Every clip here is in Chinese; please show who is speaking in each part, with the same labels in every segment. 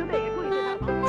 Speaker 1: 球队也注意对他防守。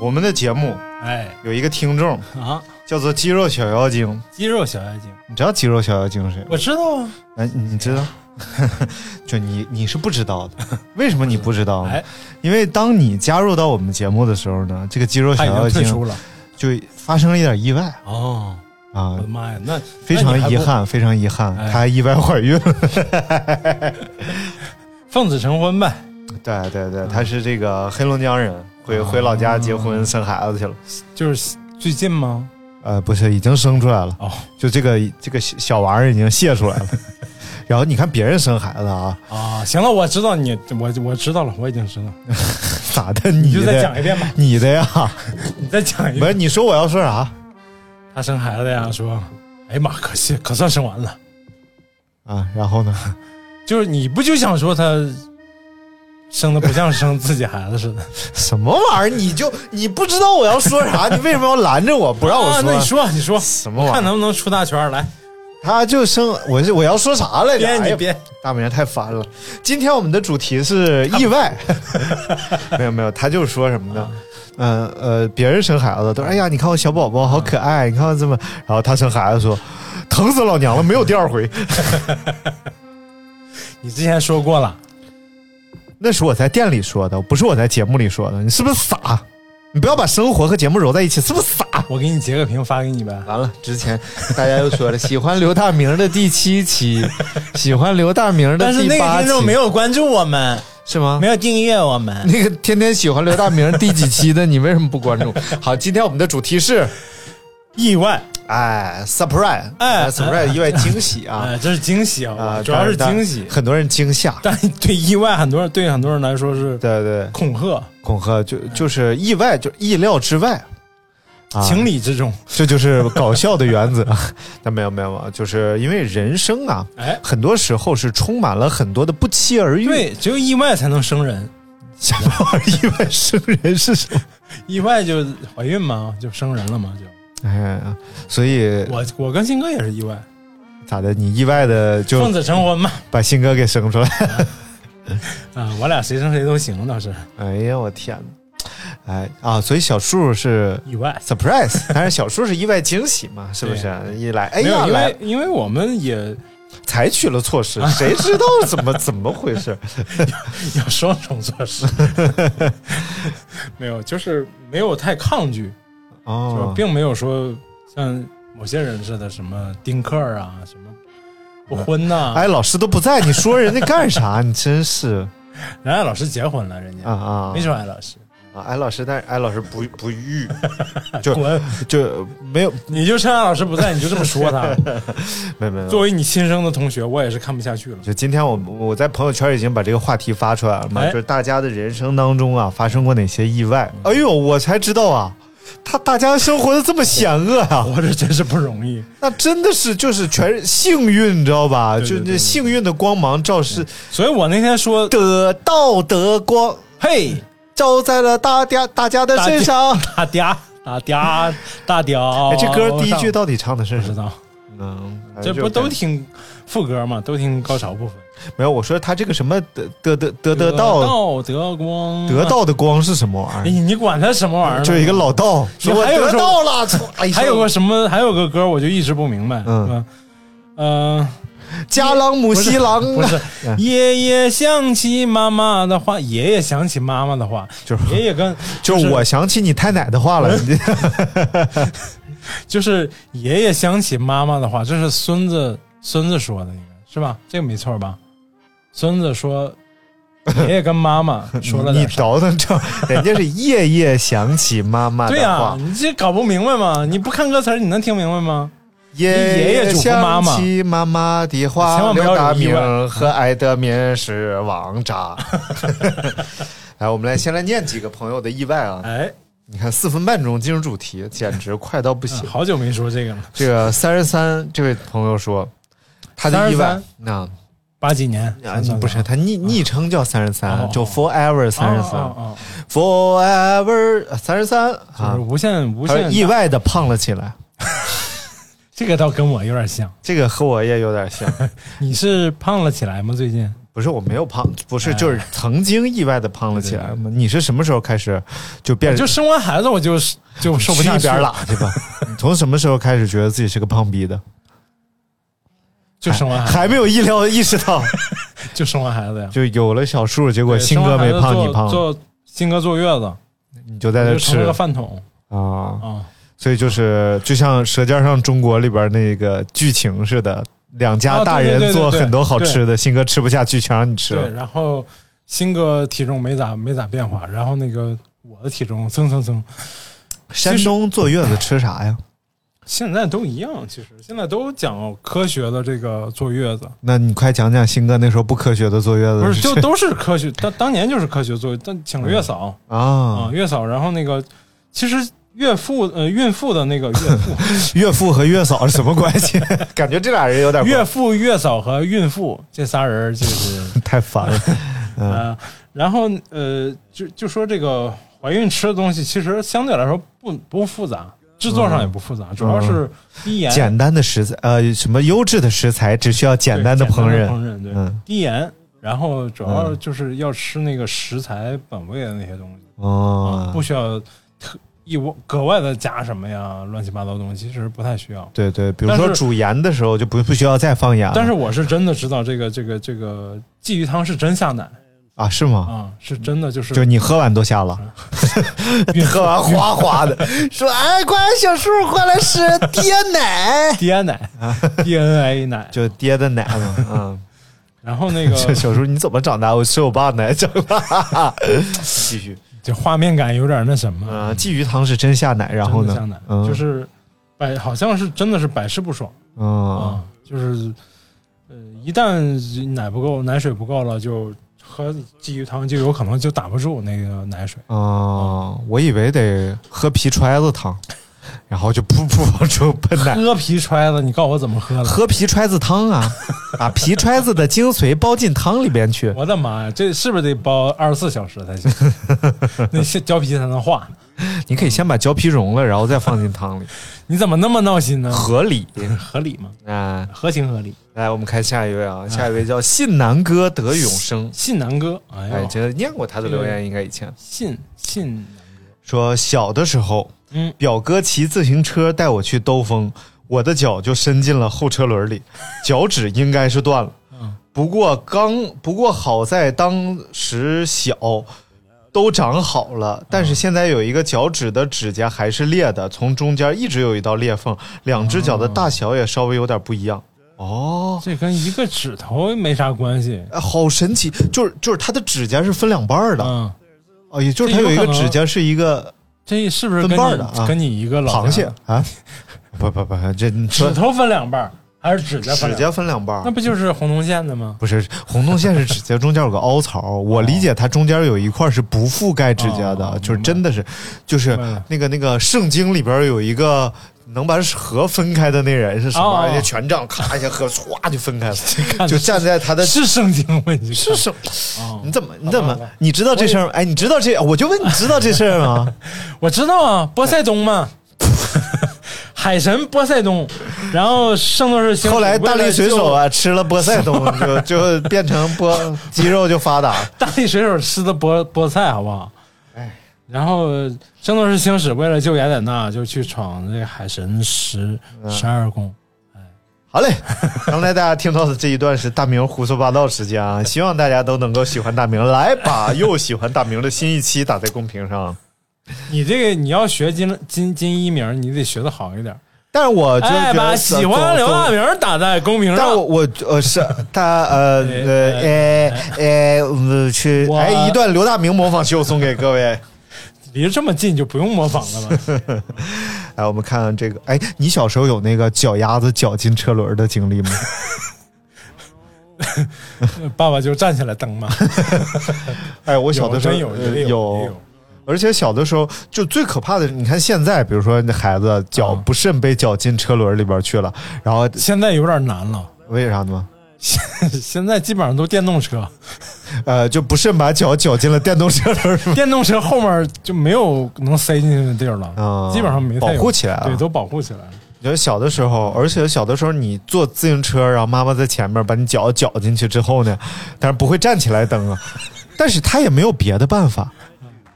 Speaker 2: 我们的节目
Speaker 3: 哎
Speaker 2: 有一个听众
Speaker 3: 啊，
Speaker 2: 叫做肌肉小妖精，
Speaker 3: 肌肉小妖精，
Speaker 2: 你知道肌肉小妖精是谁吗？
Speaker 3: 我知道啊。
Speaker 2: 哎，你你知道？ 就你你是不知道的，为什么你不知道呢？
Speaker 3: 哎，
Speaker 2: 因为当你加入到我们节目的时候呢，这个肌肉
Speaker 3: 他
Speaker 2: 小
Speaker 3: 已
Speaker 2: 妖
Speaker 3: 经退
Speaker 2: 精
Speaker 3: 出了。
Speaker 2: 就发生了一点意外
Speaker 3: 哦，
Speaker 2: 啊
Speaker 3: 我的，妈呀，那
Speaker 2: 非常遗。憾，非常遗憾，
Speaker 3: 哎
Speaker 2: 她还意外怀孕 了。
Speaker 3: 那你还不奉子成婚呗，
Speaker 2: 对对对，她是这个黑龙江人，回回老家结婚生孩子去了。
Speaker 3: 就是最近吗？
Speaker 2: 呃，不是，已经生出来了，
Speaker 3: 哦
Speaker 2: 就这个这个小小玩意儿已经泄出来 了。然后你看别人生孩子啊，
Speaker 3: 啊，行了，我知道你，我我知道了，我已经知道了。
Speaker 2: 咋的？
Speaker 3: 你
Speaker 2: 你
Speaker 3: 就
Speaker 2: 的
Speaker 3: 再讲一遍 吧，
Speaker 2: 你的呀？
Speaker 3: 你再讲一
Speaker 2: 不
Speaker 3: 遍。
Speaker 2: 是，你说我要说啥
Speaker 3: 他生孩子呀，说，哎呀妈，可惜可算生完了。
Speaker 2: 啊？然后呢？
Speaker 3: 就是你不就想说他生的不像生自己孩子似的？
Speaker 2: 什么玩意儿？你就你不知道我要说 啥？你为什么要拦着 我不让我
Speaker 3: 啊
Speaker 2: 说？
Speaker 3: 那你说，你说，
Speaker 2: 什么玩
Speaker 3: 看
Speaker 2: 意儿？
Speaker 3: 能不能出大圈儿来？
Speaker 2: 他就生，我是我要说啥来着？
Speaker 3: 编
Speaker 2: 哎
Speaker 3: 你
Speaker 2: 呀
Speaker 3: 编，
Speaker 2: 大美人太烦了。今天我们的主题是意 外，没有没有，他就是说什
Speaker 3: 啊
Speaker 2: 么呢？嗯呃，别人生孩子都说，哎呀，你看我小宝宝好可爱，你看我这么，然后他生孩子说，疼死老娘了，没有第二回。
Speaker 3: 你之前说过了，
Speaker 2: 那是我在店里说的，不是我在节目里说的。你是不是傻？你不要把生活和节目揉在一起，是不是傻？
Speaker 3: 我给你截个屏发给你呗。
Speaker 2: 完了，之前 大家又说了，喜欢刘大明的第七期，喜欢刘大明的
Speaker 3: 但是
Speaker 2: 第
Speaker 3: 那个
Speaker 2: 八期，
Speaker 3: 听众没有关注我们，
Speaker 2: 是吗？
Speaker 3: 没有订阅 我们。
Speaker 2: 那个天天喜欢刘大明第几期的，你为什么不关注？好，今天我们的主题是，
Speaker 3: 意外，
Speaker 2: 哎，surprise，
Speaker 3: 哎
Speaker 2: ，surprise，意外惊喜啊
Speaker 3: 哎，这是惊喜
Speaker 2: 啊，
Speaker 3: 啊，主要是
Speaker 2: 当然
Speaker 3: 惊喜。
Speaker 2: 很多人惊吓，
Speaker 3: 但对意外，很多人对很多人来说是
Speaker 2: 对对，
Speaker 3: 恐吓，
Speaker 2: 恐吓就就是意外，就意料之外，啊
Speaker 3: 情理之中。
Speaker 2: 这就是搞笑的原则。 那没有没有，就是因为人生啊，
Speaker 3: 哎，
Speaker 2: 很多时候是充满了很多的不期而遇。
Speaker 3: 对，只有意外才能生人，
Speaker 2: 什么玩意儿？意外生人是什么？
Speaker 3: 意外就怀孕嘛，就生人了嘛，就
Speaker 2: 哎呀，所以
Speaker 3: 我我跟新哥也是意外，
Speaker 2: 咋的？你意外的就
Speaker 3: 奉子成婚嘛，
Speaker 2: 把新哥给生出来？
Speaker 3: 啊，我俩谁生谁都行，倒是
Speaker 2: 哎呀，我天哪！哎啊，所以小树是
Speaker 3: 意外。
Speaker 2: surprise，但是小树是意外惊喜嘛？是不是？一来，哎
Speaker 3: 没
Speaker 2: 呀，
Speaker 3: 有，因
Speaker 2: 来
Speaker 3: 为因为我们也
Speaker 2: 采取了措施，谁知道怎么怎么回事？
Speaker 3: 有双重措 施，没有，就是没有太抗拒，就是
Speaker 2: 哦，
Speaker 3: 并没有说像某些人似的什么丁克儿啊，什么不婚呐、
Speaker 2: 哎，老师都不在，你说人家干啥？你真是
Speaker 3: 人家老师结婚了，人家、
Speaker 2: 啊啊
Speaker 3: 没！说艾老师，
Speaker 2: 啊，艾老师，但是艾老师不不育，就
Speaker 3: 滚！
Speaker 2: 就没有
Speaker 3: 你就趁艾老师不在，你就这么 说他。
Speaker 2: 没有没有。
Speaker 3: 作为你亲生的同学，我也是看不下去了。
Speaker 2: 就今天我我在朋友圈已经把这个话题发出来了嘛，
Speaker 3: 哎
Speaker 2: 就是大家的人生当中啊发生过哪些意外？哎呦，我才知道啊，他大家生活的这么险恶啊，
Speaker 3: 我这真是不容易，
Speaker 2: 那真的是就是全是幸运，你知道吧？
Speaker 3: 对对
Speaker 2: 就
Speaker 3: 对
Speaker 2: 那
Speaker 3: 对嗯
Speaker 2: 幸运的光芒照是
Speaker 3: 所以我那 天说，
Speaker 2: 的道德光
Speaker 3: 嘿，
Speaker 2: 照在了大家大家的身上。
Speaker 3: 大哦嗲大嗲大屌，
Speaker 2: 哎，这歌第一句到底唱的是
Speaker 3: 不
Speaker 2: 什
Speaker 3: 知
Speaker 2: 么？
Speaker 3: 道，
Speaker 2: 嗯，反
Speaker 3: 这
Speaker 2: 正就
Speaker 3: 不都听副歌嘛，都听高潮部分。
Speaker 2: 没有？我说他这个什么得得得得得道
Speaker 3: 道德光，
Speaker 2: 得。道的光是什么玩
Speaker 3: 哎，
Speaker 2: 意
Speaker 3: 你管他什么玩意
Speaker 2: 儿？
Speaker 3: 儿？
Speaker 2: 就是一个。老道，说我
Speaker 3: 还有
Speaker 2: 得
Speaker 3: 首
Speaker 2: 道了，操哎呀
Speaker 3: 还有个什么？还有个歌，我就一直不明白。
Speaker 2: 嗯
Speaker 3: 嗯，呃，
Speaker 2: 加朗姆西郎
Speaker 3: 不是，
Speaker 2: 哎
Speaker 3: 爷爷想起妈妈的话，爷爷想起妈妈的话，
Speaker 2: 就是
Speaker 3: 爷爷跟
Speaker 2: 就是我想起你太奶的话了，你
Speaker 3: 就是爷爷想起妈妈的话，这是孙子孙子说的，应该是吧？这个没错吧？孙 子说，爷爷跟妈妈 说了
Speaker 2: 你
Speaker 3: 点啥？
Speaker 2: 倒腾这，人家是夜夜想起妈妈的
Speaker 3: 对呀、
Speaker 2: 话，
Speaker 3: 你这搞不明白吗？你不看歌词儿，你能听明白吗？
Speaker 2: 爷
Speaker 3: 爷爷嘱咐妈
Speaker 2: 想
Speaker 3: 妈
Speaker 2: 起妈妈的
Speaker 3: 千
Speaker 2: 话，
Speaker 3: 万不要
Speaker 2: 刘大
Speaker 3: 有意外
Speaker 2: 明和爱德明是王 渣。来，我们来先来念几个朋友的意外啊！
Speaker 3: 哎，
Speaker 2: 你看四分半钟进入主题，简直快到不行。
Speaker 3: 啊好久没说这个了，
Speaker 2: 这个三十三这位朋友说，他的意外
Speaker 3: 33，
Speaker 2: 那
Speaker 3: 八几年
Speaker 2: 啊不是他昵昵称叫三十
Speaker 3: 哦
Speaker 2: 三
Speaker 3: 哦，
Speaker 2: 就 Forever 三十
Speaker 3: 哦
Speaker 2: 三
Speaker 3: 哦
Speaker 2: ，Forever 呃三十三
Speaker 3: 哦就是
Speaker 2: 啊，
Speaker 3: 无限无
Speaker 2: 他
Speaker 3: 限
Speaker 2: 意，外的胖了起来。
Speaker 3: 这个倒跟我有点像。
Speaker 2: 这个和我也有点像，
Speaker 3: 你是胖了起来吗？最近
Speaker 2: 不是我没有胖，不
Speaker 3: 哎
Speaker 2: 是就是曾经意外的胖了起来嘛？你是什么时候开始就变
Speaker 3: 就生完孩子我就就瘦不
Speaker 2: 去
Speaker 3: 下
Speaker 2: 一
Speaker 3: 去
Speaker 2: 边了，对吧？ 你从什么时候开始觉得自己是个胖逼的？
Speaker 3: 就 生完孩
Speaker 2: 还没有意料意识 到，
Speaker 3: 子就生完孩子呀。
Speaker 2: 就有了小数，结果
Speaker 3: 对
Speaker 2: 新哥没
Speaker 3: 生完孩
Speaker 2: 胖，呃
Speaker 3: 子
Speaker 2: 你胖了，
Speaker 3: 坐坐新哥坐月子，
Speaker 2: 你就在
Speaker 3: 我
Speaker 2: 那
Speaker 3: 就成
Speaker 2: 吃
Speaker 3: 了个饭桶
Speaker 2: 啊。
Speaker 3: 啊。
Speaker 2: 所以就是就像《舌尖上中国》里边那个剧情似的，两家
Speaker 3: 啊
Speaker 2: 大
Speaker 3: 对对
Speaker 2: 人
Speaker 3: 对对
Speaker 2: 做
Speaker 3: 对
Speaker 2: 很多好
Speaker 3: 对
Speaker 2: 吃的，新哥吃不下去，全让你吃
Speaker 3: 对，
Speaker 2: 了。
Speaker 3: 然后新哥体重没咋没咋变化，然后那个我的体重蹭蹭蹭，
Speaker 2: 山东坐月子吃啥呀？
Speaker 3: 现在都一样，其实现在都讲科学的这个坐月子，
Speaker 2: 那你快讲讲新哥那时候不科学的坐月子
Speaker 3: 不是就
Speaker 2: 谁
Speaker 3: 都是科学，当当年就是科学坐，但请了月嫂啊，
Speaker 2: 啊？
Speaker 3: 月嫂，然后那个其实岳父呃孕妇的那个岳父。
Speaker 2: 岳父和岳嫂是什么关系？ 感觉这俩人有点
Speaker 3: 岳父、岳嫂和孕妇这仨人儿就是，
Speaker 2: 太烦了。 嗯
Speaker 3: 呃，然后呃，就就说这个怀孕吃的东西，其实相对来说不不复杂，制作上也不复杂，主要是低盐、
Speaker 2: 嗯简单的食材，呃，什么优质的食材，只需要简单的
Speaker 3: 对
Speaker 2: 烹
Speaker 3: 简
Speaker 2: 饪
Speaker 3: 单的烹饪，对，
Speaker 2: 嗯
Speaker 3: 低盐。然后主要
Speaker 2: 嗯
Speaker 3: 就是要吃那个食材本味的那些东西，
Speaker 2: 哦
Speaker 3: 啊不需要特意我格外的加什么呀，乱七八糟的东西，其实不太需要。
Speaker 2: 对对，比如
Speaker 3: 但
Speaker 2: 说
Speaker 3: 是
Speaker 2: 煮盐的时候就不不需要再放盐了，
Speaker 3: 但是我是真的知道这个这个这个鲫鱼汤是真下奶
Speaker 2: 啊，是吗？
Speaker 3: 啊，是真的就是
Speaker 2: 就你喝完都下了，
Speaker 3: 孕
Speaker 2: 喝完哗哗的，说哎，快来小树，快来吃爹奶，
Speaker 3: 爹奶，DNA 奶。
Speaker 2: 啊就爹的奶嘛， 嗯。
Speaker 3: 然后那个
Speaker 2: 这小叔你怎么长大？我吃我爸奶长大。继续，
Speaker 3: 这画面感有点那什么，
Speaker 2: 嗯，鲫鱼汤是真下奶，然后
Speaker 3: 真的像奶
Speaker 2: 呢？嗯，
Speaker 3: 就是百好像是真的是百试不爽
Speaker 2: 嗯
Speaker 3: 啊，就是呃一旦奶不够，奶水不够了，就喝鲫鱼汤就有可能就打不住那个奶水。
Speaker 2: 哦，我以为得喝皮揣子汤，然后就噗噗往出喷 奶。
Speaker 3: 喝皮揣子，你告诉我怎么喝的？
Speaker 2: 喝皮揣子汤啊，把皮揣子的精髓包进汤里边去。
Speaker 3: 我的妈呀，这是不是得包二十四小 时才行？那些胶皮才能化。
Speaker 2: 你可以先把胶皮融了，然后再放进汤里，
Speaker 3: 你怎么那么闹心呢？
Speaker 2: 合理。
Speaker 3: 合理吗？
Speaker 2: 啊，
Speaker 3: 合情合理。
Speaker 2: 来，我们看下一位啊，下一位叫信南哥得永生。
Speaker 3: 信南哥，哎
Speaker 2: 哎，
Speaker 3: 呦，
Speaker 2: 这念过他的留言，应该以前
Speaker 3: 信信
Speaker 2: 说小的时候，
Speaker 3: 嗯
Speaker 2: 表哥骑自行车带我去兜风，我的脚就伸进了后车轮 里，脚趾应该是断了。
Speaker 3: 嗯
Speaker 2: 不过刚不过好在当时小，都长好
Speaker 3: 嗯
Speaker 2: 了，但是现在有一个脚趾的指甲还是裂的，从中间一直有一道裂缝，两只脚的
Speaker 3: 哦
Speaker 2: 大小也稍微有点不一样。哦，
Speaker 3: 这跟一个指头没啥关系。
Speaker 2: 哎好神奇！就是就是它的指甲是分两半儿的，
Speaker 3: 嗯，
Speaker 2: 哦，也就是它
Speaker 3: 这有
Speaker 2: 有一个
Speaker 3: 可能
Speaker 2: 指甲是一个
Speaker 3: 这是不是跟
Speaker 2: 分瓣儿的啊
Speaker 3: 你跟你一个老
Speaker 2: 螃
Speaker 3: 家
Speaker 2: 蟹啊，不不不，这你说
Speaker 3: 指头分两半儿还是指甲
Speaker 2: 指
Speaker 3: 分两半
Speaker 2: 甲
Speaker 3: 儿？
Speaker 2: 分两半
Speaker 3: 那
Speaker 2: 儿，
Speaker 3: 不就是红铜线的吗？
Speaker 2: 不是红洞线是指甲中间有个凹槽，我理解它中间有一块是不覆盖指甲的，
Speaker 3: 哦哦
Speaker 2: 就是
Speaker 3: 明白
Speaker 2: 真的是，就是
Speaker 3: 明白了
Speaker 2: 那个那个圣经里边有一个。能把河分开的那人是什么？
Speaker 3: 哦哦
Speaker 2: 人家权杖咔一下河唰就分开了，
Speaker 3: 看
Speaker 2: 就站在他的
Speaker 3: 是圣经问题，
Speaker 2: 是什么？
Speaker 3: 啊
Speaker 2: 你，怎么你怎
Speaker 3: 好
Speaker 2: 么
Speaker 3: 吧好吧
Speaker 2: 你知道这事儿吗？哎，你知道这？我就问你知道这事儿 吗？
Speaker 3: 我知道啊，波塞冬嘛， 海神波塞冬，然后圣斗士星矢
Speaker 2: 后来大力水手
Speaker 3: 为了
Speaker 2: 啊吃了波塞冬，就就变成波 肌肉就发达。
Speaker 3: 救，大力水手吃的菠菠菜，好不好？
Speaker 2: 哎
Speaker 3: 然后圣斗士星矢为了救雅典娜，就去闯这个海神十
Speaker 2: 嗯
Speaker 3: 十二宫。
Speaker 2: 好嘞，刚才大家听到的这一段是大明胡说八道时间啊，希望大家都能够喜欢大明，来把又喜欢大明的新一期打在公屏上。
Speaker 3: 你这个你要学金金金一鸣，你得学的好一点。
Speaker 2: 但是我就
Speaker 3: 哎，
Speaker 2: 觉
Speaker 3: 把
Speaker 2: 得
Speaker 3: 喜欢刘大
Speaker 2: 明。
Speaker 3: 明打在公屏
Speaker 2: 但我
Speaker 3: 上。
Speaker 2: 我呃是他呃呃呃呃呃去
Speaker 3: 我
Speaker 2: 哎一段刘大明模仿秀送给各位，
Speaker 3: 离得这么近，就不用模仿了吧？
Speaker 2: 来我们看看这个哎你小时候有那个脚丫子绞进车轮的经历吗？
Speaker 3: 爸爸就站起来蹬嘛。
Speaker 2: 哎我小的时候
Speaker 3: 真有
Speaker 2: 呃
Speaker 3: 也有也
Speaker 2: 有而且小的时候就最可怕的，你看现在，比如说那孩子脚不慎被绞进车轮里边去了，然后
Speaker 3: 现在有点难了，
Speaker 2: 为啥呢？
Speaker 3: 现在基本上都电动车，
Speaker 2: 呃，就不慎把脚绞进了电动车轮里。
Speaker 3: 电动车后面就没有能塞进去的地儿了，
Speaker 2: 啊
Speaker 3: 基本上没太有
Speaker 2: 保护起来了
Speaker 3: 对，都保护起来了。
Speaker 2: 你觉得小的时候，而且小的时候你坐自行车，然后妈妈在前面把你脚绞进去之后呢，但是不会站起来蹬啊，但是他也没有别的办法，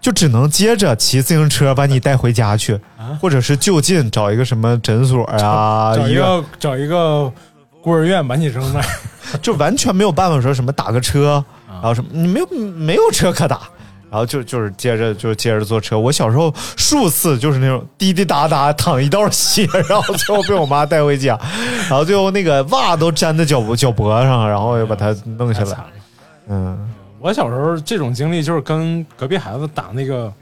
Speaker 2: 就只能接着骑自行车把你带回家去，或者是就近找一个什么诊所呀、
Speaker 3: 找
Speaker 2: 啊医
Speaker 3: 一
Speaker 2: 院
Speaker 3: 个找一个孤儿院把你扔那儿，
Speaker 2: 就完全没有办法说什么打个车，
Speaker 3: 啊
Speaker 2: 然后什么你没有没有车可打，然后就就是接着就接着坐车。我小时候数次就是那种滴滴答答淌一道血，然后最后被我妈带回 家，然后最后那个袜都粘在脚脖脚脖上，然后又把它弄下
Speaker 3: 太哎惨
Speaker 2: 来
Speaker 3: 了。
Speaker 2: 嗯，
Speaker 3: 我小时候这种经历就是跟隔壁孩子打那个，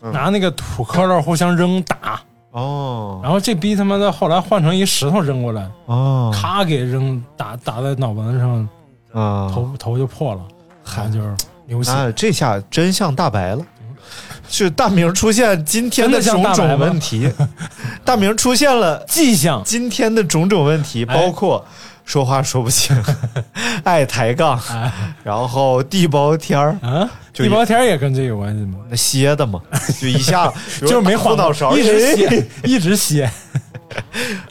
Speaker 2: 嗯
Speaker 3: 拿那个土坷垃互相扔打，
Speaker 2: 哦
Speaker 3: 然后这逼他妈的后来换成一石头扔过来，
Speaker 2: 哦
Speaker 3: 咔给扔打打在脑门上，
Speaker 2: 啊！
Speaker 3: 头头就破了，还就是流血。
Speaker 2: 那这下真相大白了，是大明出现今天的
Speaker 3: 真
Speaker 2: 种
Speaker 3: 的像大白
Speaker 2: 种
Speaker 3: 吗
Speaker 2: 问 题，大明出现了。
Speaker 3: 迹象，
Speaker 2: 今天的种种问题，
Speaker 3: 哎
Speaker 2: 包括说话说不清、 爱抬杠，
Speaker 3: 哎
Speaker 2: 然后地包天儿
Speaker 3: 啊，
Speaker 2: 就
Speaker 3: 地包天也跟这有关系吗？
Speaker 2: 那歇的嘛，就一下
Speaker 3: 就是没
Speaker 2: 后
Speaker 3: 缓
Speaker 2: 脑
Speaker 3: 过
Speaker 2: 勺
Speaker 3: 一直
Speaker 2: 哎
Speaker 3: 歇，一直歇。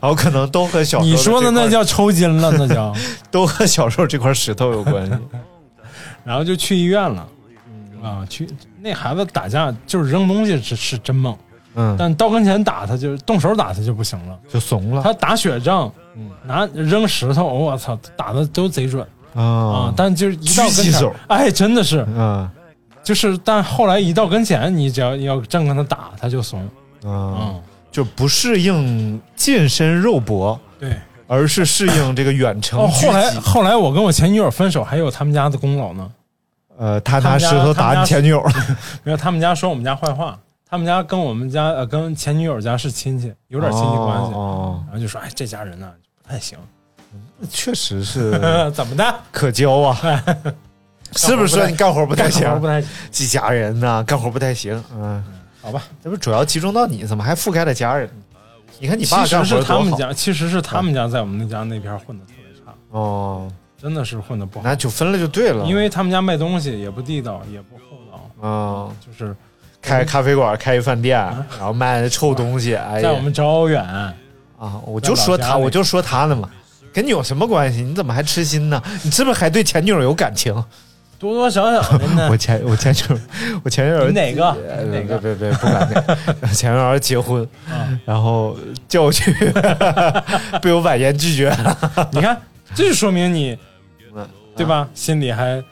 Speaker 2: 然后可能都和 小时候
Speaker 3: 你说的
Speaker 2: 这块
Speaker 3: 那叫抽筋了，那叫。
Speaker 2: 都和小时候这块石头有关系。
Speaker 3: 然后就去医院了，
Speaker 2: 嗯
Speaker 3: 啊，去那孩子打架就是扔东西是是真猛，
Speaker 2: 嗯，
Speaker 3: 但到跟前打他就动手打他就不行了，
Speaker 2: 就怂了
Speaker 3: 他打雪仗，
Speaker 2: 嗯
Speaker 3: 拿扔石头，我操，打的都贼准啊
Speaker 2: 啊！
Speaker 3: 但就是一到
Speaker 2: 狙
Speaker 3: 跟
Speaker 2: 击
Speaker 3: 前
Speaker 2: 手
Speaker 3: 儿，哎，真的是
Speaker 2: 嗯
Speaker 3: 就是，但后来一到跟前，你只要你要正跟他打，他就怂，
Speaker 2: 嗯，
Speaker 3: 嗯，
Speaker 2: 就不适应近身肉搏，
Speaker 3: 对。
Speaker 2: 而是适应这个远程
Speaker 3: 哦，
Speaker 2: 狙
Speaker 3: 后来
Speaker 2: 击
Speaker 3: 后来我跟我前女友分手，还有他们家的功劳呢。
Speaker 2: 呃，他
Speaker 3: 他
Speaker 2: 拿
Speaker 3: 们家
Speaker 2: 石头
Speaker 3: 他们
Speaker 2: 打
Speaker 3: 家
Speaker 2: 你前女友，
Speaker 3: 没有，他们家说我们家坏话，他们家跟我们家呃跟前女友家是亲戚，有点亲戚关系。
Speaker 2: 哦
Speaker 3: 然后就说：“哎，这家人呢、不太行，
Speaker 2: 哦确实 是
Speaker 3: 怎么的？
Speaker 2: 可交 啊，是不是说你干活不太行
Speaker 3: 干 活？不太行
Speaker 2: 记家人呐、干活不太行。嗯，
Speaker 3: 好吧？
Speaker 2: 这不主要集中到你，怎么还覆盖了家人？你看你爸
Speaker 3: 其实
Speaker 2: 干活
Speaker 3: 是
Speaker 2: 多
Speaker 3: 他
Speaker 2: 好嗯
Speaker 3: 们家，其实是他们家在我们那家那片混的特别差，
Speaker 2: 哦，
Speaker 3: 真的是混的不好
Speaker 2: 那，就分了就对了。
Speaker 3: 因为他们家卖东西也不地道，也不厚道，
Speaker 2: 嗯，
Speaker 3: 就是
Speaker 2: 开咖啡馆，开一饭店，然后卖臭东西。哎呀
Speaker 3: 嗯在我们招远。
Speaker 2: 啊，我就说
Speaker 3: 在老
Speaker 2: 他，
Speaker 3: 家里
Speaker 2: 我就说他呢嘛，跟你有什么关系？你怎么还痴心呢？你是不是还对前女友有感情？
Speaker 3: 多多少少的 呢
Speaker 2: 我。前我前女友，我前女友
Speaker 3: 你哪个
Speaker 2: 呃
Speaker 3: 你哪个
Speaker 2: 别别别，不敢那个。前 女友结婚，
Speaker 3: 啊
Speaker 2: 然后叫我去， 被我婉言拒绝。
Speaker 3: 你看，这就说明你，
Speaker 2: 嗯
Speaker 3: 对吧？心里还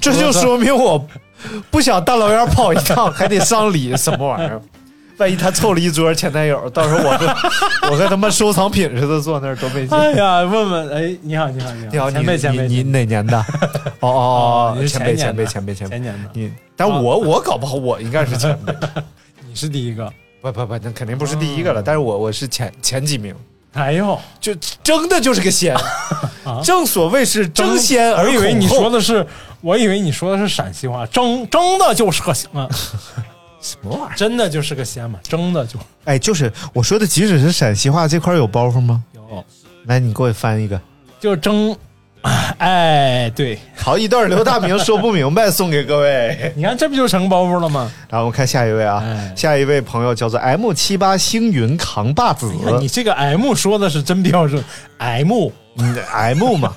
Speaker 2: 这就说明我不想大老远跑一趟，还得上礼，什么玩意儿？万一他凑了一桌前男友，到时候我和我和他妈收藏品似的坐那儿多没劲。
Speaker 3: 哎呀，问问，哎，你好，你好，你
Speaker 2: 你好，
Speaker 3: 好，
Speaker 2: 你
Speaker 3: 前辈，前辈，
Speaker 2: 你
Speaker 3: 前辈
Speaker 2: 你哪年的？哦
Speaker 3: 哦
Speaker 2: 哦，
Speaker 3: 你
Speaker 2: 哦，
Speaker 3: 是
Speaker 2: 前辈前
Speaker 3: 前
Speaker 2: 辈
Speaker 3: 年的
Speaker 2: 前辈前
Speaker 3: 前
Speaker 2: 辈，
Speaker 3: 年的，
Speaker 2: 你，但我我搞不好我应该是前 辈，
Speaker 3: 你是第一个。
Speaker 2: 不不不，那肯定不是第一个了，但是我我是前前几名，
Speaker 3: 哎呦，
Speaker 2: 就争的就是个 先，正所谓是争先而
Speaker 3: 啊我以为你说
Speaker 2: 的
Speaker 3: 的是，我以为你说的是陕西话，蒸蒸的就是个鲜嘛，
Speaker 2: 什么玩意儿？
Speaker 3: 真的就是个鲜嘛，蒸的就
Speaker 2: 哎，就是我说的，即使是陕西话这块有包袱吗？
Speaker 3: 有，
Speaker 2: 来，你给我翻一个。
Speaker 3: 就蒸。哎，对，
Speaker 2: 好一段刘大明说不明白，送给各 位。
Speaker 3: 你看这不就成包袱了吗？
Speaker 2: 然后我们看下一位啊，
Speaker 3: 哎
Speaker 2: 下一位朋友叫做 M 七八星云扛把子、
Speaker 3: 你哎看你这个 M 说的是真标准，M
Speaker 2: 嗯
Speaker 3: ，M，M
Speaker 2: M 嘛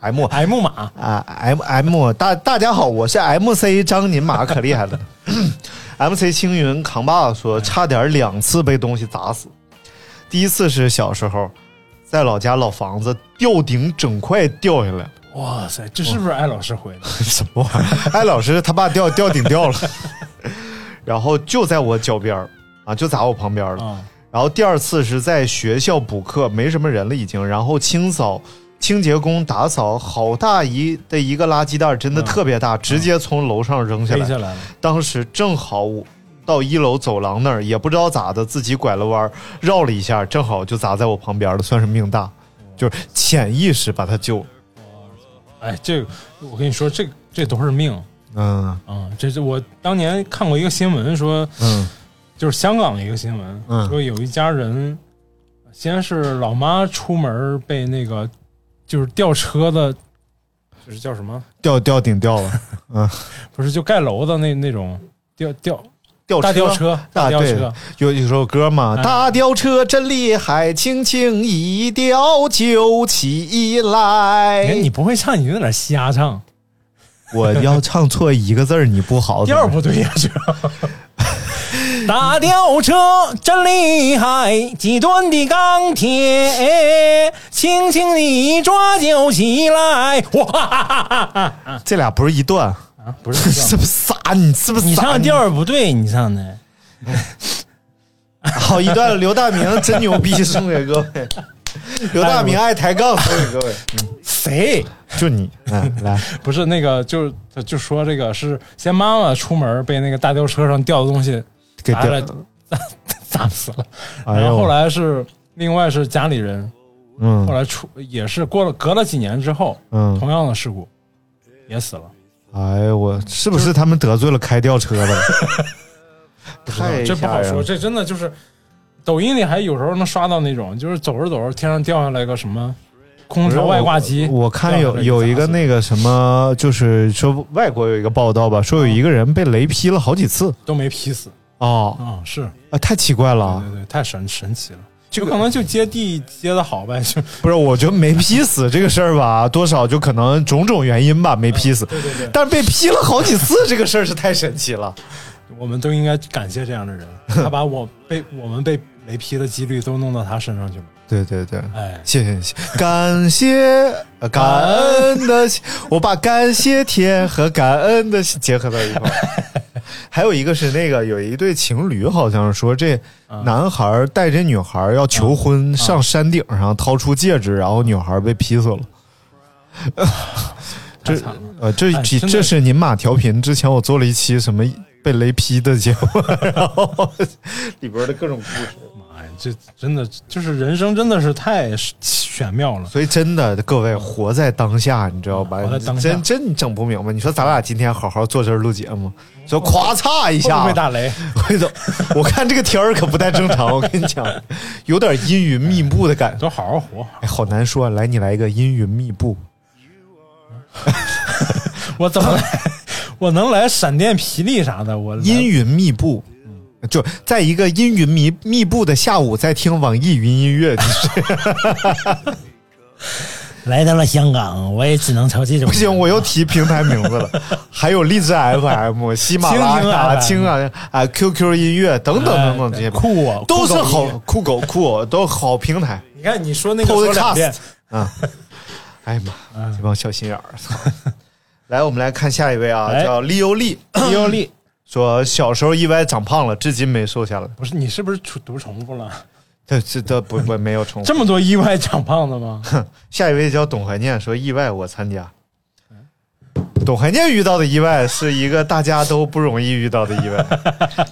Speaker 2: M
Speaker 3: M 马
Speaker 2: 啊 M M 大大家好，我是 MC 张您马可厉害了。MC 星云扛把子说，差点两次被东西砸死。第一次是小时候，在老家老房子吊顶整块掉下来了，
Speaker 3: 哇塞，这是不是艾老师回的？
Speaker 2: 哎什么玩意儿？艾老师他爸吊吊顶掉了。 然后就在我脚边儿啊，就砸我旁边儿了。
Speaker 3: 啊，
Speaker 2: 然后第二次是在学校补课，没什么人了已经，然后清扫。清洁工打扫，好大一的一个垃圾袋，真的
Speaker 3: 嗯
Speaker 2: 特别大，直接从楼上扔下
Speaker 3: 飞
Speaker 2: 来。
Speaker 3: 下来了，
Speaker 2: 当时正好我到一楼走廊那儿，也不知道咋的，自己拐了弯儿绕了一下，正好就砸在我旁边了，算是命
Speaker 3: 哦
Speaker 2: 大，就是潜意识把他救了。
Speaker 3: 哎，这个我跟你说，这这都是命
Speaker 2: 嗯
Speaker 3: 啊！这是我当年看过一个新闻说，
Speaker 2: 嗯
Speaker 3: 就是香港的一个新闻，
Speaker 2: 嗯
Speaker 3: 说有一家人，先是老妈出门被那个就是吊车的，就是叫什么？
Speaker 2: 吊吊顶掉了，
Speaker 3: 不是就盖楼的那那种吊吊
Speaker 2: 吊
Speaker 3: 大吊车啊大吊
Speaker 2: 对
Speaker 3: 车，
Speaker 2: 有有首歌嘛，
Speaker 3: 嗯
Speaker 2: 大吊车真厉害，轻轻一吊就起来。
Speaker 3: 哎，你不会唱，你有点瞎唱，
Speaker 2: 我要唱错一个字儿，你不 好。
Speaker 3: 调儿不对呀、这。 大吊车真厉害，几吨的钢铁，轻轻地一抓就起来。哇，
Speaker 2: 这俩不是一段，
Speaker 3: 啊，不是
Speaker 2: 是不是傻？你是不是傻？
Speaker 3: 你唱调儿不对，你唱的。
Speaker 2: 好一段，刘大明真牛逼，送给各 位。刘大明爱抬杠，送给各位。
Speaker 3: 谁？
Speaker 2: 就你，嗯，来，
Speaker 3: 不是那个，就就说这个是先妈妈出门被那个大吊车上掉的东西
Speaker 2: 给
Speaker 3: 砸了
Speaker 2: 掉，
Speaker 3: 砸 砸死了。
Speaker 2: 哎
Speaker 3: 然
Speaker 2: 呦
Speaker 3: 后后来是另外是家里人，后
Speaker 2: 嗯
Speaker 3: 来出也是过了隔了几年之后，
Speaker 2: 嗯，
Speaker 3: 同样的事故也死了。
Speaker 2: 哎呦我，是不是他们得罪了开吊车 的？太
Speaker 3: 这不
Speaker 2: 吓
Speaker 3: 好
Speaker 2: 人
Speaker 3: 说，
Speaker 2: 了
Speaker 3: 这真的就是抖音里还有时候能刷到那种，就是走着走着天上掉下来个什么空调外挂机，
Speaker 2: 我看有有一个那个什么，就是说外国有一个报道吧，说有一个人被雷劈了好几次
Speaker 3: 都没劈死
Speaker 2: 哦，
Speaker 3: 啊、是
Speaker 2: 啊，太奇怪了
Speaker 3: 对，对对，太神神奇了。
Speaker 2: 这
Speaker 3: 有可能就接地接的好呗， 就
Speaker 2: 不是，我觉得没劈死这个事儿吧，多少就可能种种原因吧，没劈死。
Speaker 3: 嗯对对对，
Speaker 2: 但是被劈了好几次，这个事儿是太神奇了。
Speaker 3: 我们都应该感谢这 样的人，他把我被我们被雷劈的几率都弄到他身上去了。
Speaker 2: 对对对，
Speaker 3: 哎，
Speaker 2: 谢谢谢，感谢呃感恩的，我把感谢天和感恩的结合到一块儿。 还有一个是那个有一对情侣，好像说这男孩儿带着女孩儿要求婚，上山顶上掏出戒指，然后女孩儿被劈 死了。
Speaker 3: 太
Speaker 2: 这
Speaker 3: 惨了。
Speaker 2: 呃，这
Speaker 3: 哎
Speaker 2: 这
Speaker 3: 真的
Speaker 2: 这是您马调频之前我做了一期什么被雷劈的节 目，然后里边的各种故事。
Speaker 3: 哎，这真的就是人生，真的是太玄妙了。
Speaker 2: 所以真的，各位活在当下，你知道吧？
Speaker 3: 活在当下
Speaker 2: 真真你整不明白。你说咱俩今天好好坐这儿录节目，
Speaker 3: 嗯
Speaker 2: 说咵嚓一
Speaker 3: 会不
Speaker 2: 下
Speaker 3: 会，打 雷？
Speaker 2: 我走。我看这个天儿可不太正常，我跟你讲， 有点阴云密布的感觉。
Speaker 3: 都好好活。
Speaker 2: 哎，好难说。来，你来一个阴云密布。
Speaker 3: 我怎么 来？我能来闪电、霹雳啥的？我来
Speaker 2: 阴云密布，
Speaker 3: 嗯
Speaker 2: 就在一个阴云密密布的下午，在听网易云音乐，就是
Speaker 4: 来到了香港，我也只能朝这种
Speaker 2: 不行，我又提平台名字了，还有荔枝 FM、喜马拉雅、
Speaker 3: 蜻
Speaker 2: 青啊啊 QQ 音乐等等等等这些
Speaker 3: 哎酷啊
Speaker 2: 都是
Speaker 3: 酷狗
Speaker 2: 好
Speaker 3: 音乐
Speaker 2: 酷狗酷狗都是好平 台。
Speaker 3: 你看你说那个说两遍
Speaker 2: Podcast，啊，哎呀妈，
Speaker 3: 嗯
Speaker 2: 这帮小心眼儿，操！ 来，我们来看下一位啊，
Speaker 3: 哎
Speaker 2: 叫利欧利，
Speaker 3: 利欧利，
Speaker 2: 说小时候意外长胖了，至今没瘦下来。
Speaker 3: 不是你是不是读读重复了？
Speaker 2: 这这这不不没有重复
Speaker 3: 这。么多意外长胖 的吗？
Speaker 2: 下一位叫董怀念，说意外我参加。董怀念遇到的意外是一个大家都不容易遇到的意外。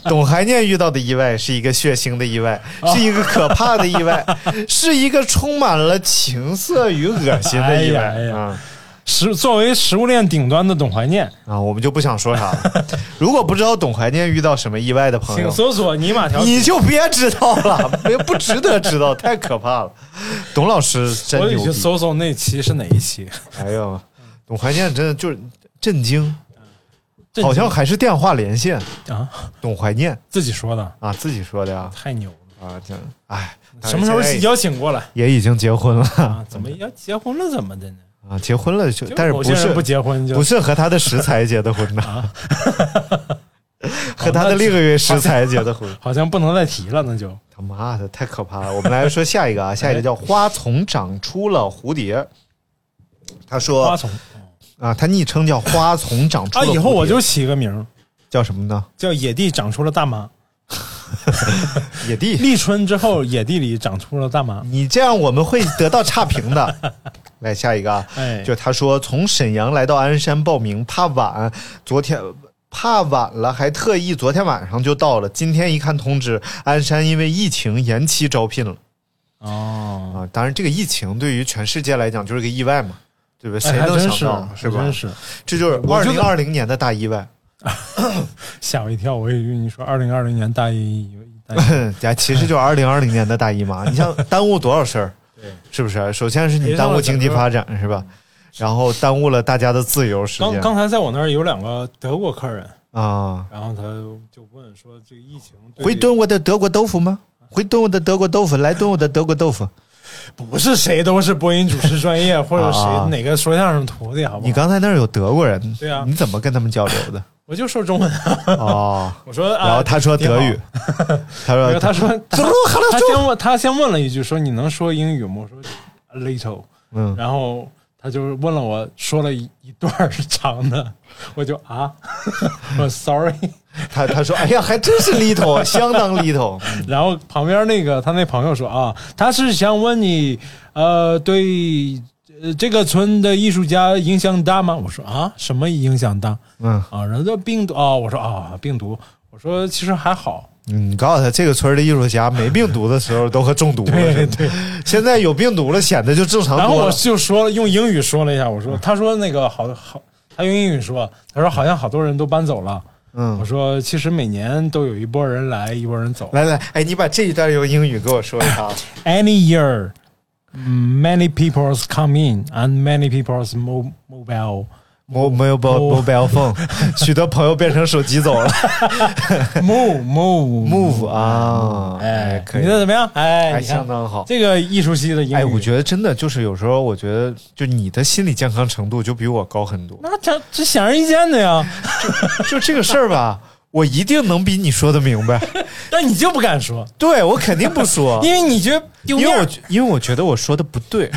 Speaker 2: 董怀念遇到的意外是一个血腥的意外，是一个可怕的意外，是一个充满了情色与恶心的意外
Speaker 3: 哎呀哎呀
Speaker 2: 啊
Speaker 3: 食作为食物链顶端的董怀念，
Speaker 2: 啊！我们就不想说啥 了。如果不知道董怀念遇到什么意外的朋
Speaker 3: 请
Speaker 2: 友，
Speaker 3: 搜索尼玛条。
Speaker 2: 哎你就别知道了，没不值得知道，太可怕了。董老师真
Speaker 3: 我得
Speaker 2: 牛逼。
Speaker 3: 去搜搜那期是哪一期？
Speaker 2: 哎呦，董怀念真的就是震惊，
Speaker 3: 震惊
Speaker 2: 好像还是电话连线。
Speaker 3: 啊，
Speaker 2: 董怀念
Speaker 3: 自己说的，
Speaker 2: 啊，自己说的 呀、
Speaker 3: 太牛了。
Speaker 2: 啊，这哎，
Speaker 3: 什么时候
Speaker 2: 现在
Speaker 3: 邀请过来
Speaker 2: 也已经结婚了
Speaker 3: 啊？怎么要结婚了？怎么的呢？
Speaker 2: 啊？结婚了就，
Speaker 3: 就
Speaker 2: 但是
Speaker 3: 某
Speaker 2: 不
Speaker 3: 些人
Speaker 2: 是
Speaker 3: 不结婚就啊
Speaker 2: 不是和他的食材结的婚呐， 和他的另一位食材结的婚。
Speaker 3: 好像不能再提了，那就
Speaker 2: 他妈的，太可怕了！我们来说下一 个啊，下一个
Speaker 3: 哎
Speaker 2: 叫花丛长出了蝴蝶。他
Speaker 3: 花
Speaker 2: 说
Speaker 3: 丛
Speaker 2: 啊，他昵称叫花丛长出
Speaker 3: 啊，
Speaker 2: 了蝴蝶。
Speaker 3: 以后我就起个名儿
Speaker 2: 叫什么呢？
Speaker 3: 叫野地长出了大 妈。
Speaker 2: 野地。
Speaker 3: 立春之后，野地里长出了大妈。
Speaker 2: 你这样我们会得到差评的。来下一个啊，
Speaker 3: 哎，
Speaker 2: 就他说从沈阳来到鞍山报名，怕晚，昨天怕晚了，还特意昨天晚上就到了。今天一看通知，鞍山因为疫情延期招聘了
Speaker 3: 哦，
Speaker 2: 啊！当然，这个疫情对于全世界来讲就是个意外嘛，对不对？
Speaker 3: 哎
Speaker 2: 谁
Speaker 3: 还
Speaker 2: 能
Speaker 3: 真
Speaker 2: 想
Speaker 3: 是
Speaker 2: 到、是吧
Speaker 3: 真？是
Speaker 2: 这就是
Speaker 3: 我
Speaker 2: 二
Speaker 3: 就
Speaker 2: 零二零年的大意外。
Speaker 3: 吓我一跳，我以为你说二零二零年大一 大一
Speaker 2: 呀，嗯哎其实就是
Speaker 3: 哎
Speaker 2: 二零二零年的大姨 妈。你像耽误多少事儿，是不是？首先是你耽误经济发展，是吧？然后耽误了大家的自由时
Speaker 3: 刚
Speaker 2: 间
Speaker 3: 刚才在我那儿有两个德国客人，
Speaker 2: 啊。
Speaker 3: 然后他就问说这个疫情对
Speaker 2: 会炖我的德国豆腐吗？会炖我的德国豆腐，来炖我的德国豆腐。
Speaker 3: 不是谁都是播音主持专业，或者谁
Speaker 2: 啊
Speaker 3: 哪个说相声徒弟，好不好？
Speaker 2: 你刚才那儿有德国人，
Speaker 3: 对啊
Speaker 2: 你怎么跟他们交流 的？
Speaker 3: 我就说 中文啊，
Speaker 2: 哦，
Speaker 3: 我说啊，
Speaker 2: 然后他说德语， 他
Speaker 3: 挺好，
Speaker 2: 说
Speaker 3: 然后他说
Speaker 2: 德鲁哈拉
Speaker 3: 他
Speaker 2: 州
Speaker 3: 先问他先问了一句说你能说英语吗？我说 a little，
Speaker 2: 嗯，
Speaker 3: 然后他就问了我说了一一段儿长的，我就啊， 我 sorry，
Speaker 2: 他他说，哎呀，还真是 little，相当 little，嗯
Speaker 3: 然后旁边那个他那朋友说啊，他是想问你，呃，对。呃，这个村的艺术家影响大吗？我说啊，什么影响大
Speaker 2: 嗯
Speaker 3: 啊？人家病毒啊，我说啊，病毒，我说其实还好，
Speaker 2: 嗯，你告诉他，这个村儿的艺术家没病毒的时候都和中毒了似
Speaker 3: 对
Speaker 2: 的，
Speaker 3: 对。
Speaker 2: 现在有病毒了，显得就正常
Speaker 3: 然后
Speaker 2: 多
Speaker 3: 我
Speaker 2: 了。嗯
Speaker 3: 就说用英语说了一下，我说，他说那个好好，他用英语说，他说好像好多人都搬走了。我
Speaker 2: 嗯，
Speaker 3: 说其实每年都有一波人来，一波人走。
Speaker 2: 来来，哎，你把这一段用英语给我说一 下。
Speaker 3: Any year, many people come in and many people move mobile
Speaker 2: 我没有
Speaker 3: 哦
Speaker 2: mobile mobile phone，许多朋友变成手机走了。
Speaker 3: move move
Speaker 2: Move 啊，
Speaker 3: 哎，
Speaker 2: 可以
Speaker 3: 你，觉得怎么样？哎，
Speaker 2: 还
Speaker 3: 你看
Speaker 2: 相当好。
Speaker 3: 这个艺术系的英语，
Speaker 2: 哎，我觉得真的就是有时候，我觉得就你的心理健康程度就比我高很多。
Speaker 3: 那这这显而易见 的呀，
Speaker 2: 就这个事儿吧，我一定能比你说的明 白。
Speaker 3: 但你就不敢说，
Speaker 2: 对我肯定不说，
Speaker 3: 因为你觉得丢
Speaker 2: 因
Speaker 3: 面
Speaker 2: 为我
Speaker 3: 儿，
Speaker 2: 觉因为我觉得我说的不对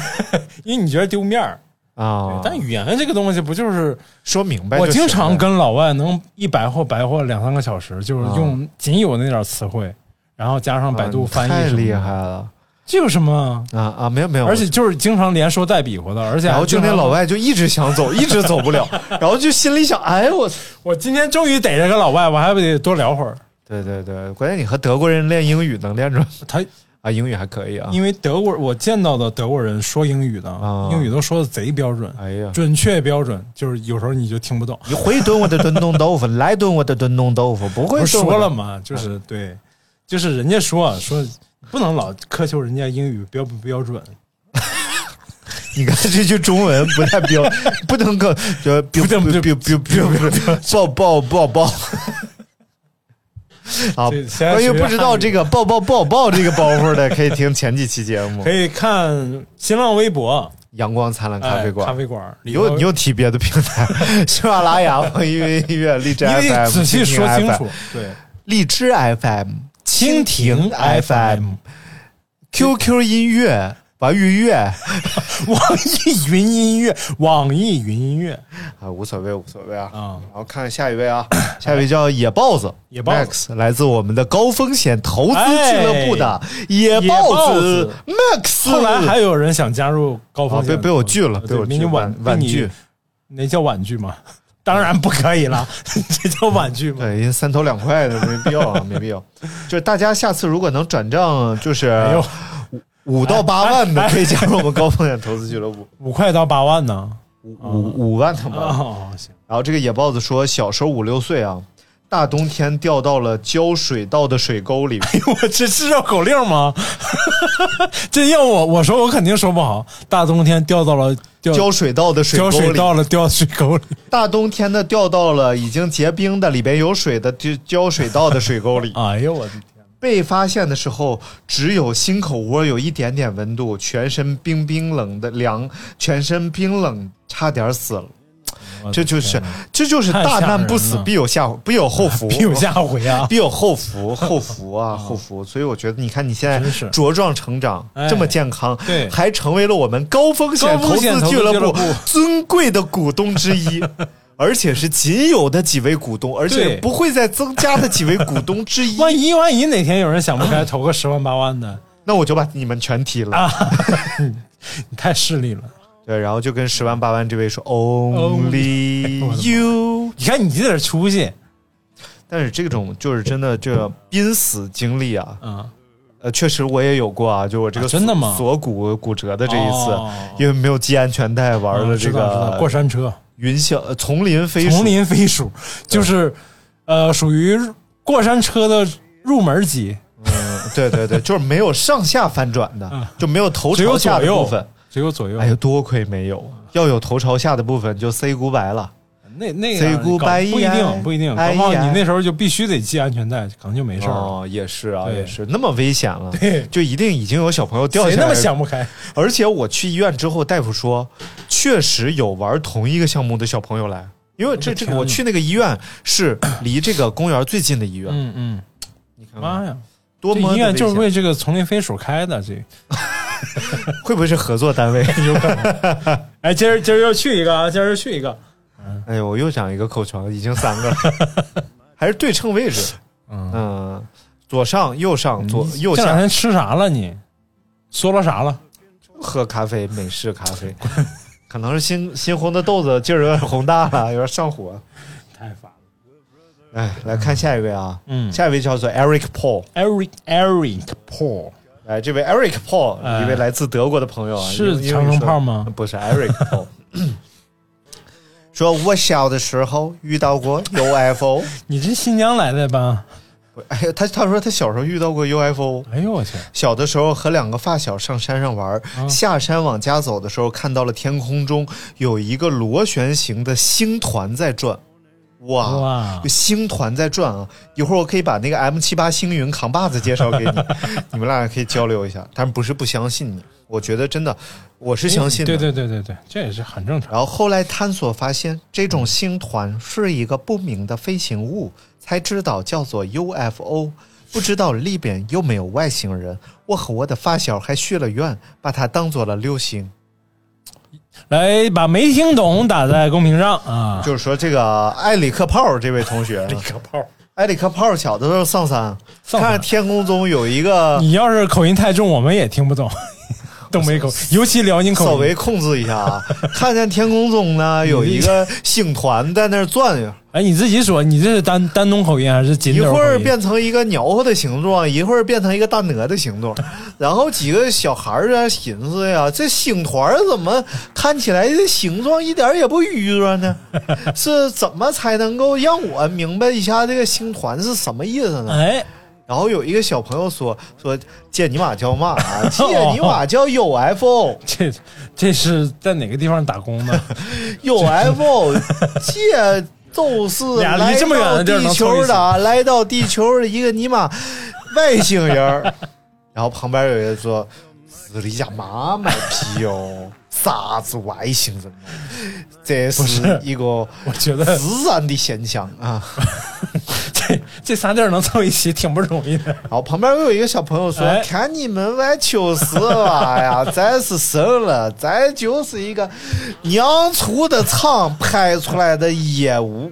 Speaker 3: 因为你觉得丢面儿。
Speaker 2: 啊。
Speaker 3: 但语言这个东西不就是
Speaker 2: 说明白就
Speaker 3: 我
Speaker 2: 行了，
Speaker 3: 经常跟老外能一白活白活两三个小时，就是用仅有那点词汇，然后加上百度
Speaker 2: 啊
Speaker 3: 翻译、
Speaker 2: 太厉害，了
Speaker 3: 这有什么？
Speaker 2: 啊啊！没有没有，
Speaker 3: 而且就是经常连说带比划的，而且
Speaker 2: 然后
Speaker 3: 还
Speaker 2: 就
Speaker 3: 经常
Speaker 2: 那老，外就一直想 走，一直走不了，然后就心里想，哎我操。
Speaker 3: 我今天终于逮着个老外，我还不得多聊会儿？
Speaker 2: 对对对，关键你和德国人练英语能练出来
Speaker 3: 他
Speaker 2: 啊，英语还可以啊。
Speaker 3: 因为德国，我见到的德国人说英语的，
Speaker 2: 啊
Speaker 3: 英语都说的贼标准，
Speaker 2: 哎呀，
Speaker 3: 准确标准，就是有时候你就听不懂。
Speaker 2: 你会炖我的炖冻豆 腐，来炖我的炖冻豆腐，不会
Speaker 3: 不是
Speaker 2: 炖我的
Speaker 3: 说了吗？
Speaker 2: 哎
Speaker 3: 就是对，就是人家说啊说不能老苛求人家英语标不标准，
Speaker 2: 哦你看这句中文不太 标，不能够就不
Speaker 3: 能
Speaker 2: 不
Speaker 3: 不
Speaker 2: 不不不不抱抱抱抱。 啊，
Speaker 3: 这现在
Speaker 2: 关于
Speaker 3: 学
Speaker 2: 不知道
Speaker 3: 汉语
Speaker 2: 这个抱抱抱抱这个包袱的，可以听前几期节目
Speaker 3: 可
Speaker 2: 《
Speaker 3: 以看新浪微博
Speaker 2: 阳光灿烂咖啡
Speaker 3: 哎
Speaker 2: 馆
Speaker 3: 咖》。啡馆
Speaker 2: 你
Speaker 3: 里
Speaker 2: 又
Speaker 3: 头
Speaker 2: 你又提别的平 台，喜马拉雅、网易云音乐、荔枝
Speaker 3: 你
Speaker 2: FM，
Speaker 3: 得仔细说
Speaker 2: 蜻蜓
Speaker 3: 清
Speaker 2: FM
Speaker 3: 楚。对，
Speaker 2: 荔枝 FM、蜻蜓 FM、
Speaker 3: FM、
Speaker 2: QQ 音乐、网易云音乐啊，
Speaker 3: 网易云音乐、网易云音乐
Speaker 2: 无所谓，无所谓啊。
Speaker 3: 啊，哎
Speaker 2: 然后看下一位啊，下一位叫野豹子，
Speaker 3: 野豹哎
Speaker 2: 子 Max 来自我们的高风险投资俱乐部的野
Speaker 3: 野
Speaker 2: 豹
Speaker 3: 豹
Speaker 2: 子
Speaker 3: 子
Speaker 2: Max。
Speaker 3: 后来还有人想加入高
Speaker 2: 啊
Speaker 3: 峰，
Speaker 2: 被被我拒了，被
Speaker 3: 对
Speaker 2: 我
Speaker 3: 被
Speaker 2: 拒
Speaker 3: 你婉
Speaker 2: 婉婉，
Speaker 3: 被
Speaker 2: 拒
Speaker 3: 你。那叫婉拒吗？ 当然不可以了， 这叫婉拒吗？
Speaker 2: 对，因为三头两块的没必要啊，没必要。就是大家下次如果能转账，就是
Speaker 3: 哎呦，哎
Speaker 2: 五到八万的，可以加入我们高风险投资俱乐 部。
Speaker 3: 五块到八万呢？
Speaker 2: 五
Speaker 3: 嗯
Speaker 2: 五五万他妈！
Speaker 3: 哦， 行，
Speaker 2: 然后这个野豹子说，小时候五六岁啊，大冬天掉到了浇水道的水沟里，
Speaker 3: 哎我这是绕口令吗？ 这要我我说我肯定说不好，大冬天掉到了掉
Speaker 2: 浇水道的水
Speaker 3: 浇
Speaker 2: 沟
Speaker 3: 水
Speaker 2: 里，
Speaker 3: 到了掉水沟里，
Speaker 2: 大冬天的掉到了已经结冰的里边有水的浇浇水道的水 沟里。
Speaker 3: 哎呦我的天！
Speaker 2: 被发现的时候，只有心口窝有一点点温度，全身冰冰冷的凉，全身冰冷，差点死了。
Speaker 3: 我的
Speaker 2: 这就是
Speaker 3: 天哪
Speaker 2: 这就是
Speaker 3: 太
Speaker 2: 大
Speaker 3: 吓
Speaker 2: 难
Speaker 3: 人
Speaker 2: 不死
Speaker 3: 了
Speaker 2: 必有下必有后福，
Speaker 3: 必有下回啊！
Speaker 2: 必有后福，后福啊，后福！所以我觉得，你看你现在
Speaker 3: 真是
Speaker 2: 茁壮成长，
Speaker 3: 哎
Speaker 2: 这么健康，
Speaker 3: 对
Speaker 2: 还成为了我们高风险
Speaker 3: 高风险
Speaker 2: 资
Speaker 3: 投资
Speaker 2: 俱乐
Speaker 3: 俱乐
Speaker 2: 部
Speaker 3: 部
Speaker 2: 尊贵的股东之一。而且是仅有的几位股东，而且
Speaker 3: 对。
Speaker 2: 不会再增加的几位股东之一
Speaker 3: 万一万一哪天有人想不开，投个十万八万的，
Speaker 2: 那我就把你们全踢
Speaker 3: 啊
Speaker 2: 了。
Speaker 3: 你太势利了。
Speaker 2: 对，然后就跟十万八万这位说 Only
Speaker 3: 哎
Speaker 2: you。
Speaker 3: 你看你这点出息，
Speaker 2: 但是这种就是真的这个濒死经历啊，
Speaker 3: 嗯，
Speaker 2: 呃，确实我也有过啊，就我这个
Speaker 3: 啊真的吗
Speaker 2: 锁骨骨折的这一次，
Speaker 3: 哦
Speaker 2: 因为没有系安全带，玩了
Speaker 3: 嗯
Speaker 2: 这
Speaker 3: 知道知道
Speaker 2: 个
Speaker 3: 过山车、
Speaker 2: 云霄呃丛林飞鼠
Speaker 3: 丛林飞鼠，就是呃，属于过山车的入门级，
Speaker 2: 嗯，对对对，就是没有上下翻转的
Speaker 3: 嗯，
Speaker 2: 就没有头
Speaker 3: 只有
Speaker 2: 朝下
Speaker 3: 左
Speaker 2: 的部
Speaker 3: 右
Speaker 2: 分。，
Speaker 3: 只有左右。
Speaker 2: 哎呦，多亏没有，啊要有头朝下的部分就 say goodbye 了。
Speaker 3: 那那
Speaker 2: say
Speaker 3: 个搞
Speaker 2: goodbye
Speaker 3: 不一定不一定，
Speaker 2: 哎
Speaker 3: 搞不好
Speaker 2: 呀
Speaker 3: 你那时候就必须得系安全带，可能就没事儿了。
Speaker 2: 哦，也是啊，
Speaker 3: 对
Speaker 2: 也是那么危险了
Speaker 3: 对，
Speaker 2: 就一定已经有小朋友掉
Speaker 3: 谁
Speaker 2: 下来。
Speaker 3: 那么想？不开？
Speaker 2: 而且我去医院之后，大夫说确实有玩同一个项目的小朋友来，因为这这个
Speaker 3: 天哪啊
Speaker 2: 我去那个医院是离这个公园最近的医院，
Speaker 3: 嗯嗯，
Speaker 2: 你看看
Speaker 3: 妈呀！
Speaker 2: 多
Speaker 3: 这
Speaker 2: 么
Speaker 3: 医
Speaker 2: 的危
Speaker 3: 院就是
Speaker 2: 险
Speaker 3: 为这个丛林飞鼠开的，这
Speaker 2: 会不会是合作单 位？
Speaker 3: 有可能。哎，今儿今儿又去一个啊，今儿又去一个。
Speaker 2: 哎呦，我又长一个口疮，已经三个了，还是对称位置。嗯、
Speaker 3: 嗯，
Speaker 2: 左上、右上、左右
Speaker 3: 这两
Speaker 2: 下，
Speaker 3: 天吃啥了你？嗦了啥了？
Speaker 2: 喝咖啡，美式咖啡， 可能是新新烘的豆子劲儿有点烘大了，有点上火。
Speaker 3: 太烦了。
Speaker 2: 哎，来看下一位啊，
Speaker 3: 嗯
Speaker 2: 下一位叫做 Eric Paul，
Speaker 3: Eric Eric Paul
Speaker 2: 哎，这位 Eric Paul，、
Speaker 3: 哎
Speaker 2: 一位来自德国的朋友啊，
Speaker 3: 是
Speaker 2: 因为因为
Speaker 3: 长城
Speaker 2: 说
Speaker 3: 炮吗
Speaker 2: 不是 Eric Paul。说我小的时候遇到过 UFO，
Speaker 3: 你这新疆来的吧？
Speaker 2: 哎呀，他他说他小时候遇到过 UFO，
Speaker 3: 哎呦我去！
Speaker 2: 小的时候和两个发小上山上玩儿，
Speaker 3: 啊
Speaker 2: 下山往家走的时候，看到了天空中有一个螺旋形的星团在转，哇！
Speaker 3: 哇
Speaker 2: 啊有星团在转啊！一会儿我可以把那个 M 七八星云扛把子介绍给 你，你们俩可以交流一下。但不是不相信你，我觉得真的，我是相信的。
Speaker 3: 嗯对对对对对，这也是很正常。
Speaker 2: 然后后来探索发现，这种星团是一个不明的飞行物，才知道叫做 UFO。不知道里边有没有外星人，我和我的发小还许了愿，把它当做了流星。
Speaker 3: 来，把没听懂打在公屏上啊！
Speaker 2: 就是说，这个埃里克炮这位同学，
Speaker 3: 个炮！
Speaker 2: 埃里克炮小的时候上山，
Speaker 3: 上山
Speaker 2: 看天空中有一个，
Speaker 3: 你要是口音太重，我们也听 不懂。东北口，尤其辽宁
Speaker 2: 稍
Speaker 3: 口
Speaker 2: 微
Speaker 3: 音。
Speaker 2: 控制一下啊，看见天空中呢有一个星团在那儿转悠。
Speaker 3: 哎，你自己说，你这是丹丹东口音还是锦
Speaker 2: 一
Speaker 3: 州口音？
Speaker 2: 会儿变成一个鸟和的形状，一会儿变成一个大鹅的形状，然后几个小孩儿在寻思呀，这星团儿怎么看起来这形状一点儿也不愚拙呢？是怎么才能够让我明白一下这个星团是什么意思呢？
Speaker 3: 哎，
Speaker 2: 然后有一个小朋友说说借你马叫嘛啊，借你马叫 UFO
Speaker 3: 这这是在哪个地方打 工的？
Speaker 2: UFO 借。就是
Speaker 3: 俩
Speaker 2: 来
Speaker 3: 离这么远
Speaker 2: 到
Speaker 3: 的地儿
Speaker 2: 地
Speaker 3: 能凑一
Speaker 2: 球
Speaker 3: 起
Speaker 2: 的啊，来到地球的一个尼玛外星人儿，然后旁边有人说：“是你家妈卖皮哟， 啥子外星人哦？这是一个
Speaker 3: 我觉得
Speaker 2: 自然的现象啊。”
Speaker 3: 这这仨地儿能凑一起挺不容易 的。
Speaker 2: 然后旁边又有一个小朋友说：“
Speaker 3: 哎
Speaker 2: 看你们玩球是吧哎呀，咱是神了，咱就是一个娘出的厂拍出来的业务，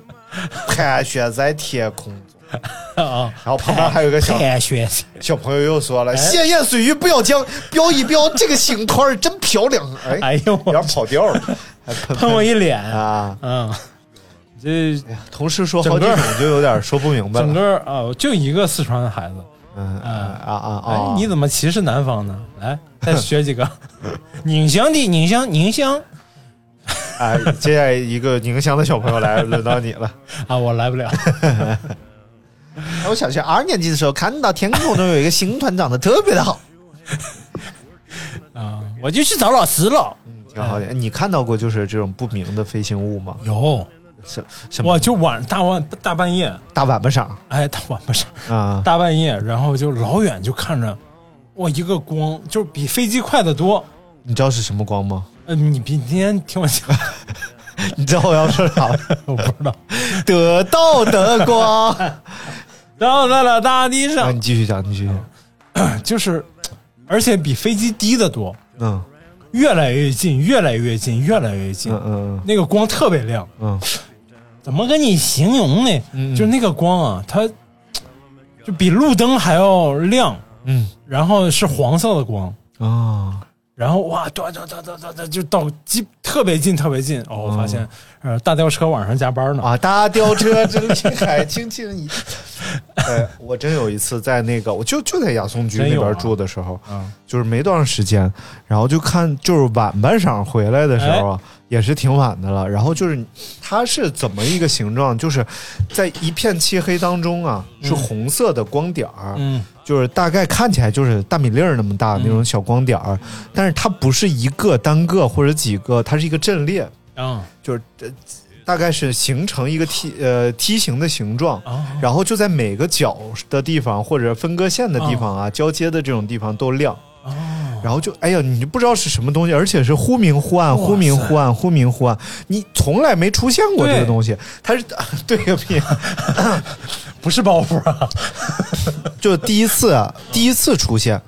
Speaker 2: 盘旋在天空中。”哎
Speaker 3: 啊，
Speaker 2: 然后旁边还有一个小
Speaker 3: 哎
Speaker 4: 太学习，
Speaker 2: 小朋友又说了：“谢燕水鱼不要僵，标一标这个星团儿真漂亮。”哎，
Speaker 3: 哎呦
Speaker 2: 有点跑调了，还喷
Speaker 3: 喷我一脸！
Speaker 2: 啊！
Speaker 3: 嗯，这
Speaker 2: 同事说好几种
Speaker 3: 整
Speaker 2: 就有点说不明白了。
Speaker 3: 整个啊，就一个四川的孩子。
Speaker 2: 嗯啊啊啊！
Speaker 3: 哎，你
Speaker 2: 怎
Speaker 3: 怎么歧视南方 呢？来，再学几 个。宁乡的宁乡宁乡
Speaker 2: 哎，接下来一个宁乡的小朋友来，轮到你了。
Speaker 3: 啊，我来不了。
Speaker 2: 哎我小学二年级的时候，看到天空中有一个星团，长得特别的好，
Speaker 3: 啊， 我就去找老师了。
Speaker 2: 嗯挺好的。哎你看到过就是这种不明的飞行物吗？
Speaker 3: 有，
Speaker 2: 什什么
Speaker 3: 我就晚大晚大半夜，
Speaker 2: 大晚巴上
Speaker 3: 哎，大晚不是
Speaker 2: 啊？
Speaker 3: 大半夜，然后就老远就看着，哇，一个光，就是比飞机快得多。
Speaker 2: 你知道是什么光吗？
Speaker 3: 呃，你比今天听我讲，
Speaker 2: 你知道我要说啥吗？
Speaker 3: 我不知道。
Speaker 2: 得到的光。
Speaker 3: 然后在了大地
Speaker 2: 那
Speaker 3: 上
Speaker 2: 你，继续讲，你继续讲。
Speaker 3: 就是，而且比飞机低得多，
Speaker 2: 嗯
Speaker 3: 越来越近，越来越近，越来越近
Speaker 2: 嗯，嗯
Speaker 3: 那个光特别亮。
Speaker 2: 嗯
Speaker 3: 怎么跟你形容呢？
Speaker 2: 嗯
Speaker 3: 就是那个光啊，它就比路灯还要亮，
Speaker 2: 嗯
Speaker 3: 然后是黄色的光，
Speaker 2: 啊，
Speaker 3: 然后哇，哒哒哒哒哒哒，就到近特别近，特别近。哦，我发现、呃，大吊车晚上加 班呢。
Speaker 2: 啊，搭吊车真厉害，听听你。 哎，我真有一次在那个，我就就在雅松居
Speaker 3: 真
Speaker 2: 那
Speaker 3: 有啊
Speaker 2: 边住的时候，
Speaker 3: 嗯，
Speaker 2: 就是没多长时间，然后就看就是晚班晌回来的时候
Speaker 3: 哎
Speaker 2: 啊，也是挺晚的了。然后就是它是怎么一个形状，就是在一片漆黑当中啊，是红色的光点儿，
Speaker 3: 嗯
Speaker 2: 就是大概看起来就是大米粒儿那么大那种小光点儿，但是它不是一个单个或者几个，它是一个阵列，
Speaker 3: 啊
Speaker 2: 就是呃大概是形成一个梯呃梯形的形状。
Speaker 3: 啊
Speaker 2: 然后就在每个角的地方或者分割线的地方啊，交接的这种地方都亮。
Speaker 3: 啊！
Speaker 2: 然后就哎呀，你就不知道是什么东西，而且是忽明忽暗，忽明忽暗，忽明忽暗，你从来没出现过
Speaker 3: 对
Speaker 2: 这个东西，它是 对个屁！
Speaker 3: 不是包袱啊，
Speaker 2: 就第一次啊，第一次出现，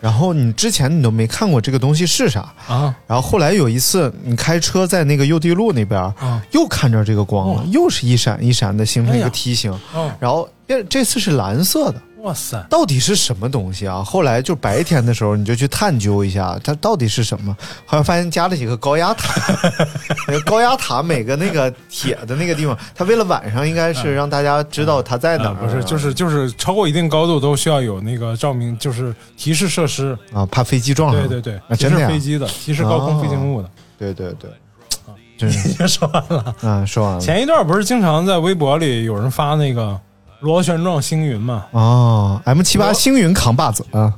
Speaker 2: 然后你之前你都没看过这个东西是啥，
Speaker 3: 啊
Speaker 2: 然后后来有一次你开车在那个右地路那边，
Speaker 3: 啊
Speaker 2: 又看着这个光了，又是一闪一闪的形成一
Speaker 3: 哎
Speaker 2: 个
Speaker 3: 呀
Speaker 2: 梯形，
Speaker 3: 啊！
Speaker 2: 然后变这次是蓝色的，
Speaker 3: 哇塞，
Speaker 2: 到底是什么东西啊？后来就白天的时候，你就去探究一下，它到底是什么。后来发现加了几个高压塔， 那个高压塔每个那个铁的那个地方，它为了晚上应该是让大家知道它在哪
Speaker 3: 啊
Speaker 2: 儿、
Speaker 3: 嗯不是，就是就是超过一定高度都需要有那个照明，就是提示设施。
Speaker 2: 啊，怕飞机撞上。
Speaker 3: 对对对，
Speaker 2: 啊
Speaker 3: 提
Speaker 2: 真的
Speaker 3: 示
Speaker 2: 呀哦
Speaker 3: 飞机的，提示高空飞行物的。
Speaker 2: 对对 对，真是
Speaker 3: 已经说完了。
Speaker 2: 啊，说完了。
Speaker 3: 前一段不是经常在微博里有人发那个螺旋状星云嘛？
Speaker 2: 哦，M 七八星云扛把子啊，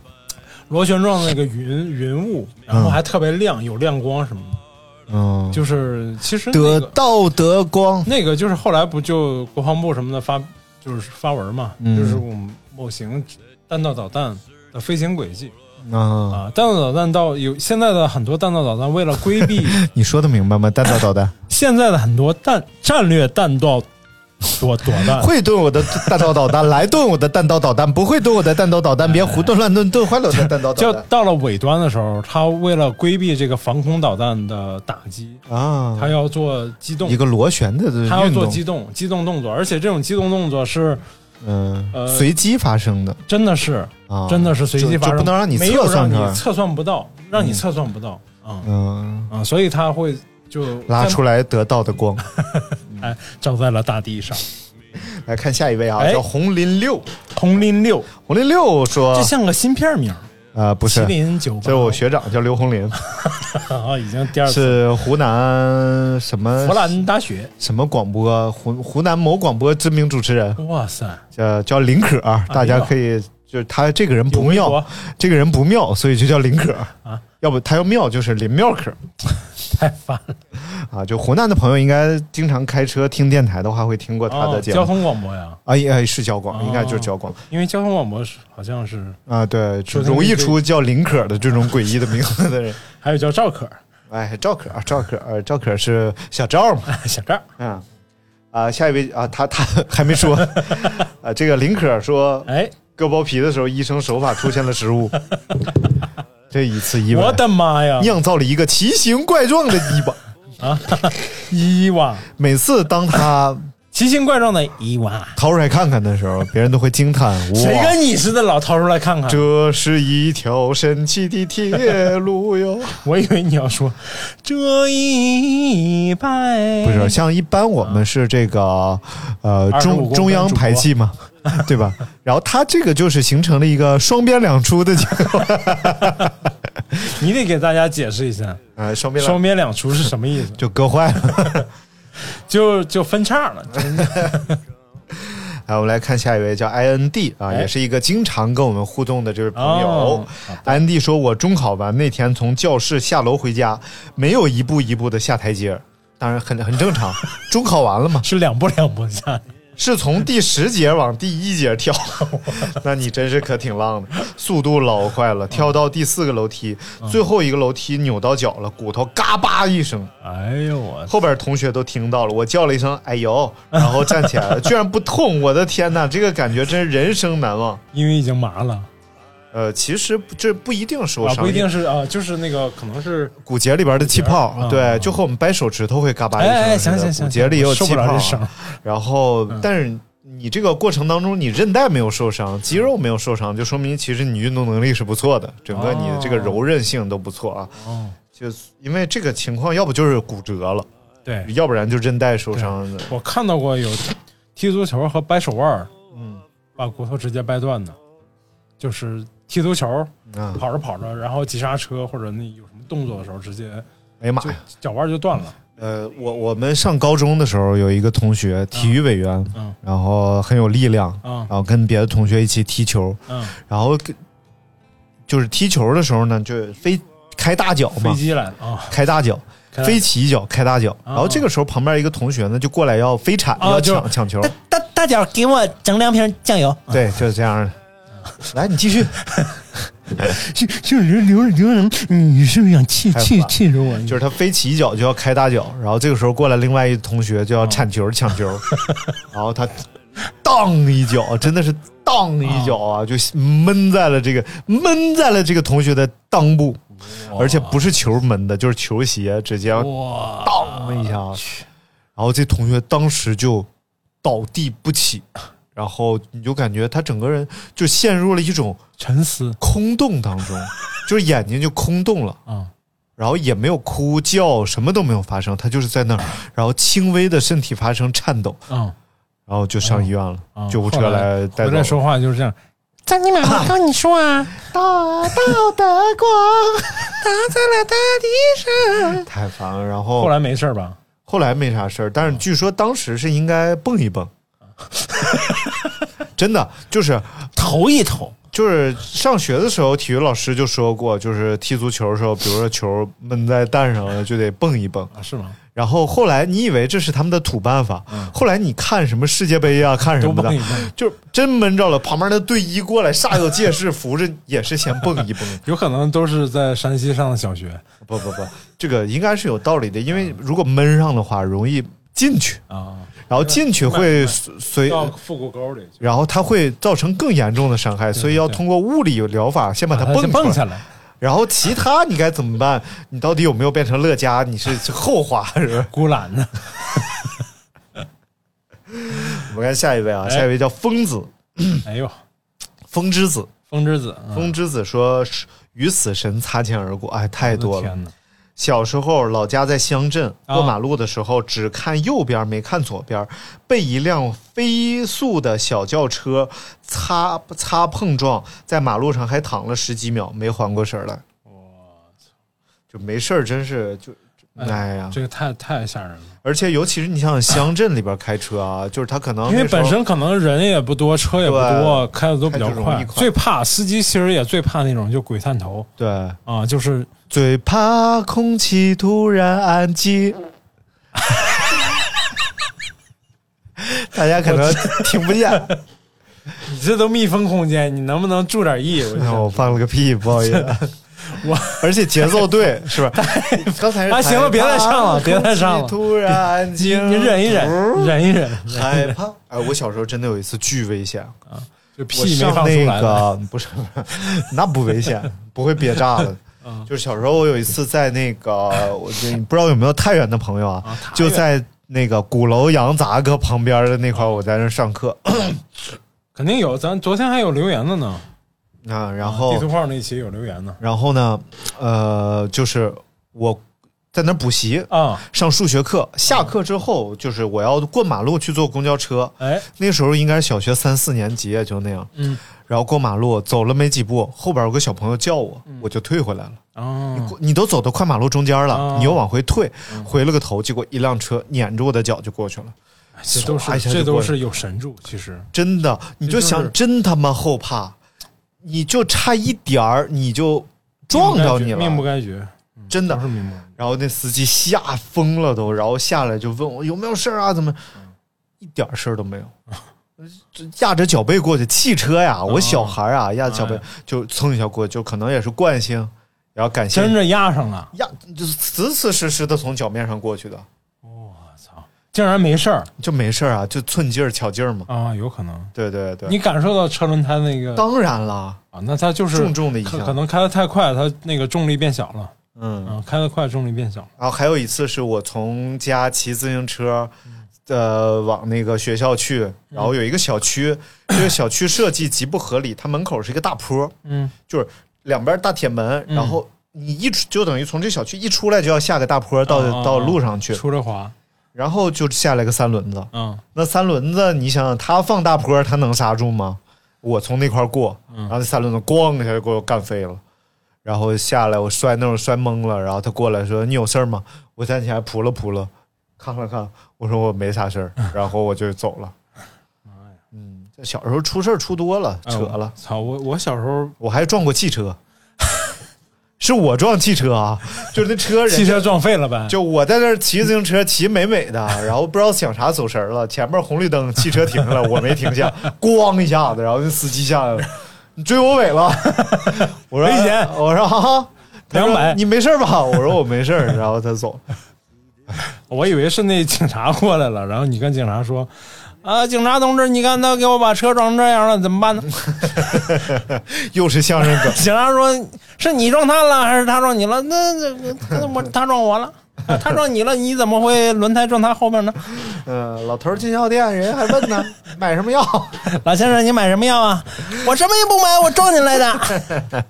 Speaker 3: 螺旋状那个云 云雾，然后还特别亮，有亮光什么的。
Speaker 2: 嗯，
Speaker 3: 就是其实那
Speaker 2: 得
Speaker 3: 个
Speaker 2: 道德光，
Speaker 3: 那个就是后来不就国防部什么的发就是发文嘛，
Speaker 2: 嗯
Speaker 3: 就是我们某型弹道导弹的飞行轨迹
Speaker 2: 啊，
Speaker 3: 啊，弹道导弹到有现在的很多弹道导弹为了 规避
Speaker 2: 你说的明白吗？弹道导弹
Speaker 3: 现在的很多弹战略弹道躲躲弹。
Speaker 2: 会炖我的弹道导弹，来炖我的弹道导弹；不会炖我的弹道导
Speaker 3: 哎
Speaker 2: 弹，别胡炖乱炖，炖坏了我的弹道
Speaker 3: 就
Speaker 2: 导弹。
Speaker 3: 到了尾端的时候，它为了规避这个防空导弹的打击，
Speaker 2: 啊，
Speaker 3: 它要做机动
Speaker 2: 一，个螺旋的运动，
Speaker 3: 它要做机动机动动作，而且这种机动动作是
Speaker 2: 嗯、
Speaker 3: 呃
Speaker 2: 随机发生的
Speaker 3: 真的是
Speaker 2: 啊，
Speaker 3: 真的是随机
Speaker 2: 就
Speaker 3: 发生，
Speaker 2: 就不能让你
Speaker 3: 没
Speaker 2: 测
Speaker 3: 有让
Speaker 2: 算嗯出
Speaker 3: 你
Speaker 2: 来，
Speaker 3: 测算不到，让你测算不到啊
Speaker 2: 嗯，
Speaker 3: 啊，所以它会就
Speaker 2: 拉出来得到的光。
Speaker 3: 哎照在了大地上。
Speaker 2: 来看下一位啊，
Speaker 3: 哎
Speaker 2: 叫红林六，
Speaker 3: 红林六，
Speaker 2: 红林六说
Speaker 3: 这，像个芯片名儿，
Speaker 2: 呃，啊不是
Speaker 3: 麒，麟九八，
Speaker 2: 这是我学长叫刘红林，
Speaker 3: 啊，已经第二次。
Speaker 2: 是湖南什么
Speaker 3: 弗兰大学，
Speaker 2: 什么广播，湖湖南某广播知名主持人，
Speaker 3: 哇塞，
Speaker 2: 叫叫林可，啊大家
Speaker 3: 啊林可
Speaker 2: 可以。就是他这个人
Speaker 3: 有
Speaker 2: 不
Speaker 3: 微博
Speaker 2: 妙，这个人不妙，所以就叫林可
Speaker 3: 啊。
Speaker 2: 要不他要妙就是林妙可。
Speaker 3: 太烦了。
Speaker 2: 啊，就湖南的朋友应该经常开车听电台的话，会听过他的
Speaker 3: 哦
Speaker 2: 节
Speaker 3: 交
Speaker 2: 目。
Speaker 3: 通广播呀，
Speaker 2: 啊，应该是交广，应该就是
Speaker 3: 哦
Speaker 2: 交广
Speaker 3: 因为交通广播是好像是
Speaker 2: 啊，对，
Speaker 3: 说
Speaker 2: 容
Speaker 3: 他
Speaker 2: 易
Speaker 3: 们这
Speaker 2: 出叫林可的这种诡异的名字的人。
Speaker 3: 还有叫赵可儿
Speaker 2: 哎，赵可，赵可，呃赵可是小赵嘛？
Speaker 3: 小赵儿，
Speaker 2: 嗯，啊，下一位啊，他他还没说 啊，这个林可说
Speaker 3: 哎，
Speaker 2: 割包皮的时候，医生手法出现了失 误，这一次意外
Speaker 3: 我的妈呀，
Speaker 2: 酿造了一个奇形怪状的伊娃。
Speaker 3: 伊娃，
Speaker 2: 每次当他
Speaker 3: 奇形怪状的伊娃，
Speaker 2: 掏出来看看的时候，别人都会惊叹：哇！
Speaker 3: 谁跟你似的老掏出来看看？
Speaker 2: 这是一条神奇的铁路 哟。
Speaker 3: 我以为你要说这一拜，
Speaker 2: 不是，像一般我们是这个呃
Speaker 3: 25公
Speaker 2: 中
Speaker 3: 分
Speaker 2: 中央
Speaker 3: 主播
Speaker 2: 排气 嘛，对吧？然后它这个就是形成了一个双边两出的结构。
Speaker 3: 你得给大家解释一下，
Speaker 2: 呃，双边两
Speaker 3: 双边两厨是什么 意思？
Speaker 2: 就割坏了。
Speaker 3: 就就分叉了，真的
Speaker 2: 来，我们来看下一位叫 I N D 啊，
Speaker 3: 哎
Speaker 2: 也是一个经常跟我们互动的这位朋友
Speaker 3: 哦。
Speaker 2: I N D 说，我中考完那天从教室下楼回家，没有一步一步的下台阶儿，当然很很 正常，中考完了嘛。
Speaker 3: 是两步两步下的。
Speaker 2: 是从第十节往第一节跳，那你真是可挺 浪的，速度老快了，跳到第四个楼梯，
Speaker 3: 嗯
Speaker 2: 最后一个楼梯扭到脚了，骨头嘎巴一声，
Speaker 3: 哎呦我，
Speaker 2: 后边同学都听到了，我叫了一声“哎呦”，然后站起来了，居然不痛，我的天哪，这个感觉真是人生难忘。
Speaker 3: 因为已经麻了，
Speaker 2: 呃，其实不这不一定受
Speaker 3: 啊，
Speaker 2: 伤，
Speaker 3: 不一定是啊，就是那个可能是
Speaker 2: 骨节里边的气泡，
Speaker 3: 骨节
Speaker 2: 对，
Speaker 3: 嗯
Speaker 2: 就和我们掰手指头会嘎巴一声似的。
Speaker 3: 哎哎，行行行，
Speaker 2: 骨节里也有
Speaker 3: 受不
Speaker 2: 气
Speaker 3: 了
Speaker 2: 泡啊
Speaker 3: 这，声儿，
Speaker 2: 然后、
Speaker 3: 嗯
Speaker 2: 但是你这个过程当中，你韧带没有受伤，肌肉没有受伤，就说明其实你运动能力是不错的，整个你的这个
Speaker 3: 哦
Speaker 2: 柔韧性都不错啊。
Speaker 3: 哦，
Speaker 2: 就是因为这个情况，要不就是骨折了，
Speaker 3: 对，
Speaker 2: 要不然就韧带受伤的。
Speaker 3: 我看到过有踢足球和掰手腕儿
Speaker 2: 嗯
Speaker 3: 把骨头直接掰断的，就是踢足球
Speaker 2: 啊，
Speaker 3: 跑着跑着，然后急刹车或者那有什么动作的时候，直接
Speaker 2: 哎呀妈
Speaker 3: 就
Speaker 2: 呀！
Speaker 3: 脚腕就断了。
Speaker 2: 呃，我我们上高中的时候有一个同学，体育委员，
Speaker 3: 嗯
Speaker 2: 然后很有力量，
Speaker 3: 嗯
Speaker 2: 然后跟别的同学一起踢球，
Speaker 3: 嗯，
Speaker 2: 然后跟就是踢球的时候呢，就飞开大脚
Speaker 3: 飞
Speaker 2: 嘛，
Speaker 3: 机来了啊，
Speaker 2: 开大脚，
Speaker 3: 开大脚嗯
Speaker 2: 飞起一脚开大脚。然后这个时候旁边一个同学呢就过来要飞铲，
Speaker 3: 啊
Speaker 2: 要
Speaker 3: 就
Speaker 2: 抢抢球
Speaker 4: 大，大大脚给我整两瓶酱油，
Speaker 2: 对，就是这样的。
Speaker 3: 嗯
Speaker 2: 来，你继续。
Speaker 4: 就就刘刘刘能，你是不是想气
Speaker 2: 还有吧
Speaker 4: 气死我？
Speaker 2: 就是他飞起一脚就要开大脚，然后这个时候过来另外一同学就要铲球抢球，然后他当一脚，真的是当一脚啊，就闷在了这个闷在了这个同学的裆部，而且不是球闷的，就是球鞋直接
Speaker 3: 哇，
Speaker 2: 当一下，然后这同学当时就倒地不起，然后你就感觉他整个人就陷入了一种
Speaker 3: 沉思
Speaker 2: 空洞当 中，就是眼睛就空洞了。
Speaker 3: 啊，
Speaker 2: 然后也没有哭叫，什么都没有发生，他就是在那儿，
Speaker 3: 啊
Speaker 2: 然后轻微的身体发生颤抖，
Speaker 3: 嗯，
Speaker 2: 然后就上医院了，
Speaker 3: 嗯
Speaker 2: 救护
Speaker 3: 后
Speaker 2: 车来带
Speaker 3: 回
Speaker 2: 走
Speaker 3: 来。说话就是这样，
Speaker 4: 张金马，我跟你说啊，
Speaker 2: 到到德国，
Speaker 4: 打在了大地上。
Speaker 2: 太烦了。然后
Speaker 3: 后来没事儿吧？
Speaker 2: 后来没啥事儿，但是据说当时是应该蹦一 蹦，真的就是
Speaker 4: 投一投，
Speaker 2: 就是上学的时候，体育老师就说过，就是踢足球的时候，比如说球闷在蛋上了，就得蹦一蹦。
Speaker 3: 啊，是吗？
Speaker 2: 然后后来你以为这是他们的土办法，后来你看什么世界杯啊，看什
Speaker 3: 嗯都
Speaker 2: 么
Speaker 3: 蹦
Speaker 2: 的
Speaker 3: 一，蹦，
Speaker 2: 就真闷着了。旁边的队医过来，煞有介事，扶着也是先蹦一蹦。
Speaker 3: 有可能都是在山西上的小学
Speaker 2: 不不不，这个应该是有道理的，因为如果闷上的话，容易进去，
Speaker 3: 啊，
Speaker 2: 然后进去会随。
Speaker 3: 到腹股沟里去，
Speaker 2: 然后它会造成更严重的伤害，所以要通过物理疗法先把它
Speaker 3: 啊
Speaker 2: 蹦
Speaker 3: 就蹦
Speaker 2: 出
Speaker 3: 下
Speaker 2: 来。
Speaker 3: 来。
Speaker 2: 然后其他你该怎么办？你到底有没有变成乐嘉？你是是后话是吧？
Speaker 3: 孤懒呢？
Speaker 2: 我们看下一位啊，
Speaker 3: 哎
Speaker 2: 下一位叫疯子，
Speaker 3: 哎呦，
Speaker 2: 风之子。
Speaker 3: 风之子，嗯
Speaker 2: 风之子说是与死神擦肩而过，哎，太多
Speaker 3: 我的
Speaker 2: 了。
Speaker 3: 天哪！
Speaker 2: 小时候老家在乡镇，
Speaker 3: 啊
Speaker 2: 过马路的时候只看右边没看左边，被一辆飞速的小轿车擦擦碰撞，在马路上还躺了十几秒，没缓过神儿来。就没事儿，真是就。哎呀，
Speaker 3: 这个太太吓人了，
Speaker 2: 而且尤其是你想想乡镇里边开车啊，就是他可能
Speaker 3: 因为
Speaker 2: 那时候
Speaker 3: 本身可能人也不多，车也不多，开的都比较
Speaker 2: 开就容易快
Speaker 3: 最怕司机其实也最怕那种就鬼探头
Speaker 2: 对
Speaker 3: 啊，就是
Speaker 2: 最怕空气突然安 静。大家可能听不见，
Speaker 3: 你这都密封空间，你能不能注点意？我
Speaker 2: 哎
Speaker 3: 就
Speaker 2: 我放了个屁，不好意思。
Speaker 3: 我
Speaker 2: 而且节奏对，是 吧？刚才是
Speaker 3: 啊行了别再唱了别再唱
Speaker 2: 空
Speaker 3: 了
Speaker 2: 气突然安
Speaker 3: 你
Speaker 2: 静，
Speaker 3: 你忍一
Speaker 2: 嗯
Speaker 3: 忍，忍一忍，
Speaker 2: 害怕。哎，我小时候真的有一次巨危险，
Speaker 3: 就
Speaker 2: 我
Speaker 3: 屁没
Speaker 2: 上
Speaker 3: 放出来
Speaker 2: 那
Speaker 3: 了
Speaker 2: 个不是， 那不危险， 不会憋炸了。
Speaker 3: 嗯
Speaker 2: 就是小时候我有一次在那个，我就不知道有没有太原的朋友 啊，就在那个鼓楼羊杂哥旁边的那块儿，我在那儿上课
Speaker 3: 肯定有，咱昨天还有留言的呢，
Speaker 2: 啊，然
Speaker 3: 地
Speaker 2: 后
Speaker 3: 图炮那期有留言呢
Speaker 2: 然后呢，呃，就是我在那儿补习。
Speaker 3: 啊，
Speaker 2: 上数学课，下课之后就是我要过马路去坐公交车，
Speaker 3: 哎，
Speaker 2: 那时候应该是小学三四年级，也就那样。
Speaker 3: 嗯，
Speaker 2: 然后过马路走了没几步，后边有个小朋友叫我，
Speaker 3: 嗯
Speaker 2: 我就退回来了。
Speaker 3: 哦，
Speaker 2: 过你都走到快马路中间了，
Speaker 3: 啊嗯
Speaker 2: 你又往回退，回了个头，结果一辆车撵着我的脚就过去了。
Speaker 3: 这都
Speaker 2: 唰一
Speaker 3: 是
Speaker 2: 下就
Speaker 3: 这
Speaker 2: 过
Speaker 3: 都
Speaker 2: 去了
Speaker 3: 是有神助，其实
Speaker 2: 真的，你就想，
Speaker 3: 这就是
Speaker 2: 真他妈后怕，你就差一点儿你就撞着你
Speaker 3: 命不
Speaker 2: 了，
Speaker 3: 该绝，
Speaker 2: 真的
Speaker 3: 都。是命不该绝。
Speaker 2: 然后那司机吓疯了都，然后下来就问我有没有事儿啊？怎么
Speaker 3: 嗯
Speaker 2: 一点事儿都没有？这压着脚背过去，汽车呀，我小孩儿啊，压着脚背
Speaker 3: 哎
Speaker 2: 就蹭一下过去，就可能也是惯性，也要感谢
Speaker 3: 真的压上了，
Speaker 2: 压，就是死死实实的从脚面上过去的。
Speaker 3: 我操！竟然没事儿
Speaker 2: 就没事儿啊，就寸劲儿巧劲儿嘛。
Speaker 3: 啊，有可能。
Speaker 2: 对对对，
Speaker 3: 你感受到车轮胎那个
Speaker 2: 当然了，
Speaker 3: 啊，那它就是
Speaker 2: 重重的一
Speaker 3: 可
Speaker 2: 下
Speaker 3: 可能开的太快，它那个重力变小了。
Speaker 2: 嗯，
Speaker 3: 啊，开得快，重力变小了。
Speaker 2: 然后还有一次是我从家骑自行车，呃，往那个学校去，
Speaker 3: 嗯
Speaker 2: 然后有一个小 区，这个小区设计极不合理，它门口是一个大坡，
Speaker 3: 嗯，
Speaker 2: 就是两边大铁门，
Speaker 3: 嗯
Speaker 2: 然后你一出就等于从这小区一出来就要下个大坡到、
Speaker 3: 啊啊
Speaker 2: 到路上去，
Speaker 3: 出着滑，
Speaker 2: 然后就下来个三轮子，
Speaker 3: 嗯
Speaker 2: 那三轮子你想想，它放大坡它能刹住吗？我从那块儿过，然后那三轮子咣一下就给我干飞了。然后下来，我摔那种摔懵了，然后他过来说：“你有事儿吗？”我站起来扑了扑了，看了看，我说我没啥事儿，然后我就走了。嗯，这小时候出事儿出多了，
Speaker 3: 哎
Speaker 2: 扯了
Speaker 3: 我，操，我我小时候
Speaker 2: 我还撞过汽车， 是我撞汽车啊，就是那车人家
Speaker 3: 汽车撞废了呗，
Speaker 2: 就我在那儿骑自行车，骑美美 的，然后不知道想啥走神儿了，前面红绿灯，汽车停了，我没停 下，咣一下子，然后那司机下来了，你追我尾 了，我说
Speaker 3: 赔钱
Speaker 2: 我说哈哈，他说
Speaker 3: 200
Speaker 2: 你没事儿吧？我说我没事儿，然后他走，
Speaker 3: 我以为是那警察过来了，然后你跟警察说。啊，警察同志，你看他给我把车撞成这样了，怎么办呢？，
Speaker 2: 又是相声梗
Speaker 3: 警察说：“是你撞他了，还是他撞你了？那那那我他撞我了， 啊他撞你了，你怎么会轮胎撞他后面呢？
Speaker 2: 嗯、老头儿进药店，人家还问 呢，买什么药？
Speaker 3: 老先生，你买什么药啊？我什么也不买，我撞进来的。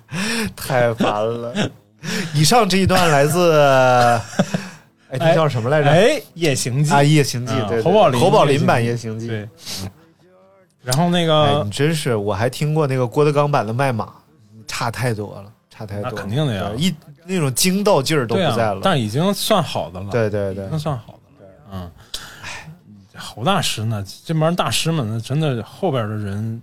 Speaker 2: 太烦了。以上这一段来 自， 哎，这叫什么来着？
Speaker 3: 哎，夜行记
Speaker 2: 啊，《夜行记》
Speaker 3: 啊
Speaker 2: 对，对
Speaker 3: 侯宝林
Speaker 2: 侯宝林
Speaker 3: 夜行记
Speaker 2: 版《夜行记》
Speaker 3: 对，然后那
Speaker 2: 嗯哎，
Speaker 3: 个
Speaker 2: 你真是，我还听过那个郭德纲版的《卖马》，差太多了，差太多了，
Speaker 3: 那肯定的呀
Speaker 2: 对一那种精到劲儿都不
Speaker 3: 对啊，
Speaker 2: 在了。
Speaker 3: 但是已经算好的了，
Speaker 2: 对对对
Speaker 3: 已经算好的了。嗯，哎，侯大师呢，这帮大师们呢，真的后边的人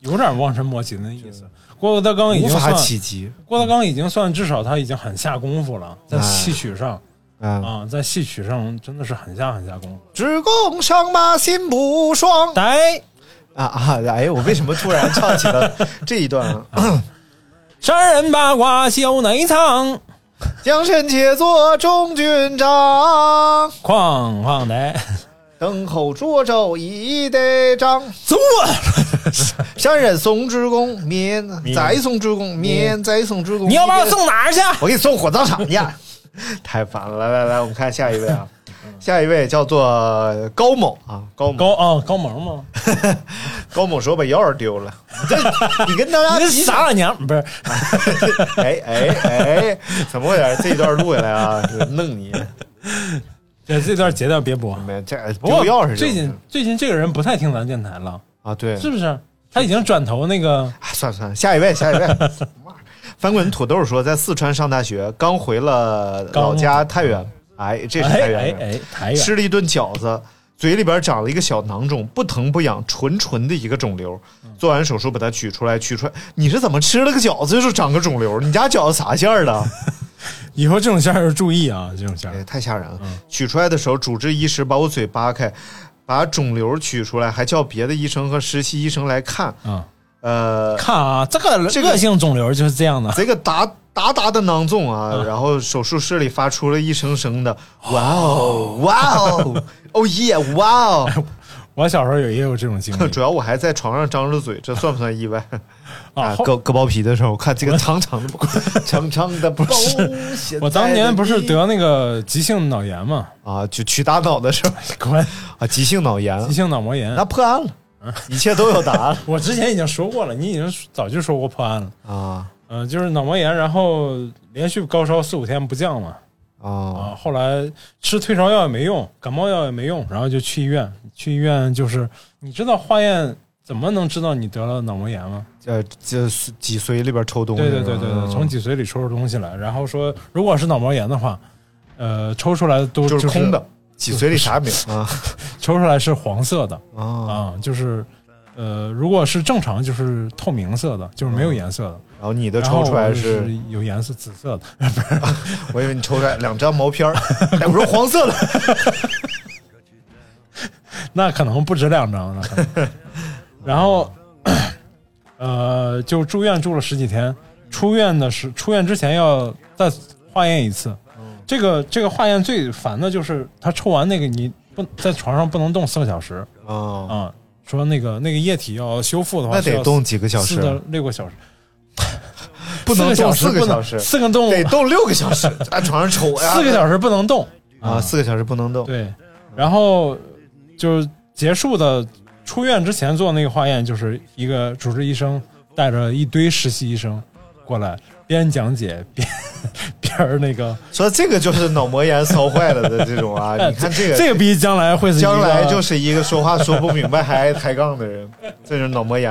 Speaker 3: 有点望尘莫及的意思。郭德纲已
Speaker 2: 无
Speaker 3: 经
Speaker 2: 法
Speaker 3: 算，
Speaker 2: 企及
Speaker 3: 郭德纲已经算至少他已经很下功夫了，在
Speaker 2: 哎
Speaker 3: 戏曲上
Speaker 2: 啊！
Speaker 3: 啊，在戏曲上真的是很下很下功夫。
Speaker 2: 只供上马心不爽
Speaker 3: 来，
Speaker 2: 啊啊！哎，我为什么突然唱起了这一段啊？
Speaker 3: 山人八卦修内藏，
Speaker 2: 将身且作中军长，
Speaker 3: 哐哐 的，
Speaker 2: 等候涿州一得张。
Speaker 3: 走啊！
Speaker 2: 山人送之公免，再送之公免，再送之公。
Speaker 3: 你要把 我送哪儿去？
Speaker 2: 我给你送火葬场去。 太烦了，来来来，我们看下一位啊，下一位叫做高某啊，高某
Speaker 3: 高啊，高萌吗？
Speaker 2: 高某说把钥匙丢了， 这你跟大家
Speaker 3: 你
Speaker 2: 提
Speaker 3: 是傻老娘们儿不是？
Speaker 2: 哎哎哎，怎么回事？这一段录下来啊， 弄你，
Speaker 3: 这这段截掉别播。
Speaker 2: 没这
Speaker 3: 不
Speaker 2: 丢
Speaker 3: 过
Speaker 2: 钥匙就
Speaker 3: 最近最近这个人不太听咱电台了，
Speaker 2: 啊，对，
Speaker 3: 是不是？他已经转投那个
Speaker 2: 啊算了算了，下一位，下一位。 什么玩意儿翻滚土豆说，在四川上大学，刚回了老家太原，哎，这是
Speaker 3: 哎
Speaker 2: 太原
Speaker 3: 哎
Speaker 2: 人，
Speaker 3: 哎台远
Speaker 2: 吃了一顿饺子，嘴里边长了一个小囊肿，不疼不痒，纯纯的一个肿瘤。做完手术把它取出来，取出来，你是怎么吃了个饺子就长个肿瘤？你家饺子啥馅儿的？
Speaker 3: 以后这种馅儿要注意啊，这种馅
Speaker 2: 哎，
Speaker 3: 儿
Speaker 2: 太吓人了！取出来的时候，主治医师把我嘴扒开，把肿瘤取出来，还叫别的医生和实习医生来看。
Speaker 3: 啊。
Speaker 2: 呃，
Speaker 3: 看啊，这个
Speaker 2: 这个
Speaker 3: 恶性肿瘤就是这样的，
Speaker 2: 这个达达达的囊肿啊，然后手术室里发出了一声声的“哇哦，哇哦，哦耶，哇哦”。
Speaker 3: 我小时候有也有这种经
Speaker 2: 主
Speaker 3: 历
Speaker 2: 要我还在床上张着嘴，这算不算意外？
Speaker 3: 啊。后
Speaker 2: 割割包皮的时候，我看这个长长的、长 长的包，
Speaker 3: 我当年不是得那个急性脑炎嘛，
Speaker 2: 啊，就取大脑的时候
Speaker 3: 滚，
Speaker 2: 啊，急性脑炎
Speaker 3: 急，性脑膜炎。
Speaker 2: 那破案了，
Speaker 3: 嗯
Speaker 2: 一切都有答案
Speaker 3: 我之前已经说过了，你已经早就说过破案了。
Speaker 2: 了啊
Speaker 3: 嗯、就是脑膜炎，然后连续高烧四五天不降嘛，
Speaker 2: 啊！
Speaker 3: 啊，后来吃退烧药也没用，感冒药也没用，然后就去医院。去医院就是，你知道化验怎么能知道你得了脑膜炎吗？
Speaker 2: 呃，这脊髓里边抽东西嗯
Speaker 3: 对
Speaker 2: 是吧，
Speaker 3: 对对对对，从脊髓里抽出东西来，然后说如果是脑膜炎的话，呃，抽出来都
Speaker 2: 就是是空的，脊髓里啥也没有啊
Speaker 3: 抽出来是黄色的
Speaker 2: 啊！
Speaker 3: 啊，就是呃，如果是正常就是透明色的，就是没有颜色的。
Speaker 2: 然后你的
Speaker 3: 然后
Speaker 2: 嗯抽出来
Speaker 3: 我
Speaker 2: 是，
Speaker 3: 有颜色紫色的，
Speaker 2: 我以为你抽出来两张毛片儿，哎我说黄色的，
Speaker 3: 那可能不止两张，那可能。然后，呃，就住院住了十几天，出院的时出院之前要
Speaker 2: 嗯
Speaker 3: 再化验一次。这个这个化验最烦的就是他抽完那个你不在床上不能动四个小时
Speaker 2: 哦，
Speaker 3: 啊、说那个那个液体要修复的话，
Speaker 2: 那得动几个小
Speaker 3: 四到
Speaker 2: 时，
Speaker 3: 六个小时，
Speaker 2: 不能动
Speaker 3: 四个小
Speaker 2: 四
Speaker 3: 时
Speaker 2: 个
Speaker 3: 不
Speaker 2: 小
Speaker 3: 能
Speaker 2: 时，
Speaker 3: 四个动
Speaker 2: 得动六个小 时，在床上瞅呀，
Speaker 3: 哦四个小时不能动
Speaker 2: 啊，四个小时不能动，
Speaker 3: 对，然后就是结束的出院之前做那个化验，就是一个主治医生带着一堆实习医生过来，边讲解边边儿那个，
Speaker 2: 说这个就是脑膜炎烧坏了的这种啊， 你看这个
Speaker 3: 哎这个逼将来会是一个
Speaker 2: 将来就是一个说话说不明白还爱抬杠的 人，这就是脑膜炎。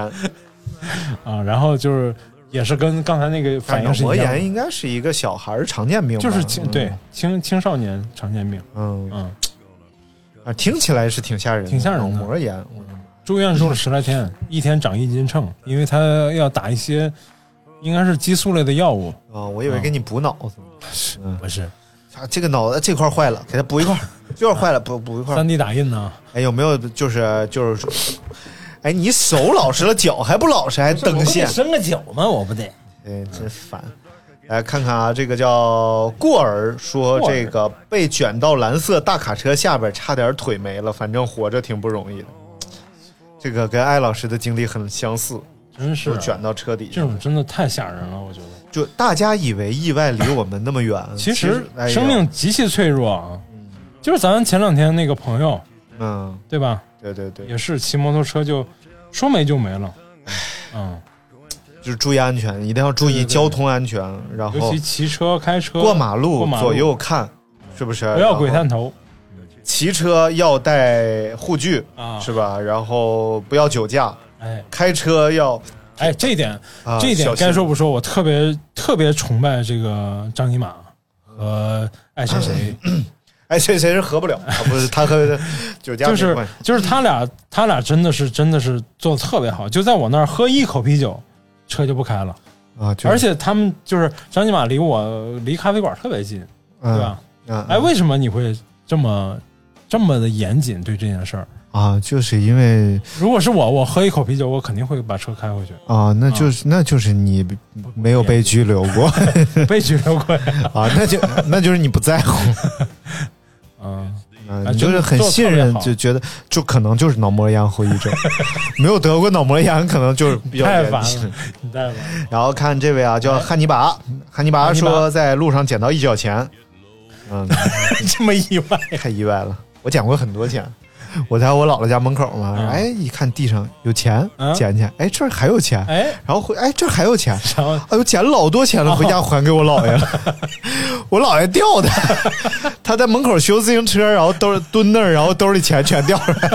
Speaker 3: 啊，然后就是也是跟刚才那个反
Speaker 2: 脑
Speaker 3: 应是一
Speaker 2: 膜
Speaker 3: 样
Speaker 2: 炎
Speaker 3: 的，
Speaker 2: 应该是一个小孩儿常见病吧，
Speaker 3: 就是青
Speaker 2: 嗯
Speaker 3: 对，青青少年常见病，
Speaker 2: 嗯
Speaker 3: 嗯，
Speaker 2: 啊，听起来是挺吓人的，
Speaker 3: 挺吓人的
Speaker 2: 脑膜炎，我
Speaker 3: 住院住了十来天，一天长一斤秤，因为他要打一些应该是激素类的药物，
Speaker 2: 啊，我以为给你补脑子呢，
Speaker 3: 不是
Speaker 2: 啊，这个脑子这块儿坏了，给它补一块 儿，这块儿坏了补补一块儿
Speaker 3: 三。D 打印呢。
Speaker 2: 哎，有没有就是就是，哎，你手老实了，脚还不老实，还蹬线，
Speaker 5: 伸个脚吗？我不得。
Speaker 2: 哎，真烦。来看看啊，这个叫过儿说，
Speaker 3: 过儿
Speaker 2: 这个被卷到蓝色大卡车下边，差点腿没了，反正活着挺不容易的。这个跟艾老师的经历很相似，
Speaker 3: 真是
Speaker 2: 就卷到车底
Speaker 3: 这种真的太吓人了，我觉得。
Speaker 2: 就大家以为意外离我们那么远，
Speaker 3: 其实
Speaker 2: 哎呀
Speaker 3: 生命极其脆弱啊，就是咱前两天那个朋友，
Speaker 2: 嗯，
Speaker 3: 对吧？
Speaker 2: 对对对，
Speaker 3: 也是骑摩托车就说没就没了，嗯，
Speaker 2: 就是注意安全，一定要注
Speaker 3: 对
Speaker 2: 意
Speaker 3: 对对
Speaker 2: 交通安全，然
Speaker 3: 尤
Speaker 2: 后
Speaker 3: 其骑车、开车、
Speaker 2: 过马路
Speaker 3: 过马路
Speaker 2: 左右看，是不是？
Speaker 3: 不要鬼探头
Speaker 2: 然后骑车要带护具，
Speaker 3: 啊！
Speaker 2: 是吧？然后不要酒驾，
Speaker 3: 哎
Speaker 2: 开车要
Speaker 3: 哎，这一点
Speaker 2: 啊，
Speaker 3: 这一点
Speaker 2: 小心
Speaker 3: 该说不说，我特别特别崇拜这个张尼玛和爱谁谁，
Speaker 2: 哎，谁谁是合 不了，啊、不是他和酒驾
Speaker 3: 就
Speaker 2: 没
Speaker 3: 是
Speaker 2: 关系。
Speaker 3: 就是他俩他俩真的是真的是做的特别好，就在我那儿喝一口啤酒，车就不开了。
Speaker 2: 啊，就是
Speaker 3: 而且他们就是张金马离我离咖啡馆特别近，对吧？
Speaker 2: 嗯嗯
Speaker 3: 哎，为什么你会这么这么的严谨对这件事儿？
Speaker 2: 啊，就是因为
Speaker 3: 如果是我，我喝一口啤酒，我肯定会把车开回去，
Speaker 2: 啊，那就是、那就是你没有被拘留过
Speaker 3: 被拘 留过。
Speaker 2: 啊，那就那就是你不在乎，
Speaker 3: 嗯，
Speaker 2: 嗯、
Speaker 3: 啊
Speaker 2: 你就是很信
Speaker 3: 做得特
Speaker 2: 任
Speaker 3: 别，好
Speaker 2: 就觉得就可能就是脑膜炎后遗症， 没有得过脑膜炎，可能就是比较
Speaker 3: 太
Speaker 2: 严
Speaker 3: 烦
Speaker 2: 重
Speaker 3: 了，你 太烦了。
Speaker 2: 然后看这位啊，叫汉尼拔，汉尼拔
Speaker 3: 汉尼
Speaker 2: 说
Speaker 3: 拔
Speaker 2: 在路上捡到一角钱，嗯，
Speaker 3: 这么意外，
Speaker 2: 太意外了。我捡过很多钱，我在我姥姥家门口嘛，
Speaker 3: 嗯
Speaker 2: 哎，一看地上有钱，
Speaker 3: 嗯
Speaker 2: 捡捡，哎，这儿还有钱，
Speaker 3: 哎，
Speaker 2: 然后回，哎，这儿还有钱，
Speaker 3: 然后哦
Speaker 2: 哎呦，捡老多钱了，回家还给我姥爷了。 我姥爷掉的， 他在门口修自行车，然后兜蹲那儿，然后兜里钱全掉出来。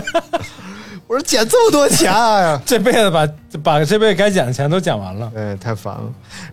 Speaker 2: 我说捡这么多钱、啊，
Speaker 3: 这辈子把把这辈子该捡的钱都捡完了。
Speaker 2: 哎，太烦了。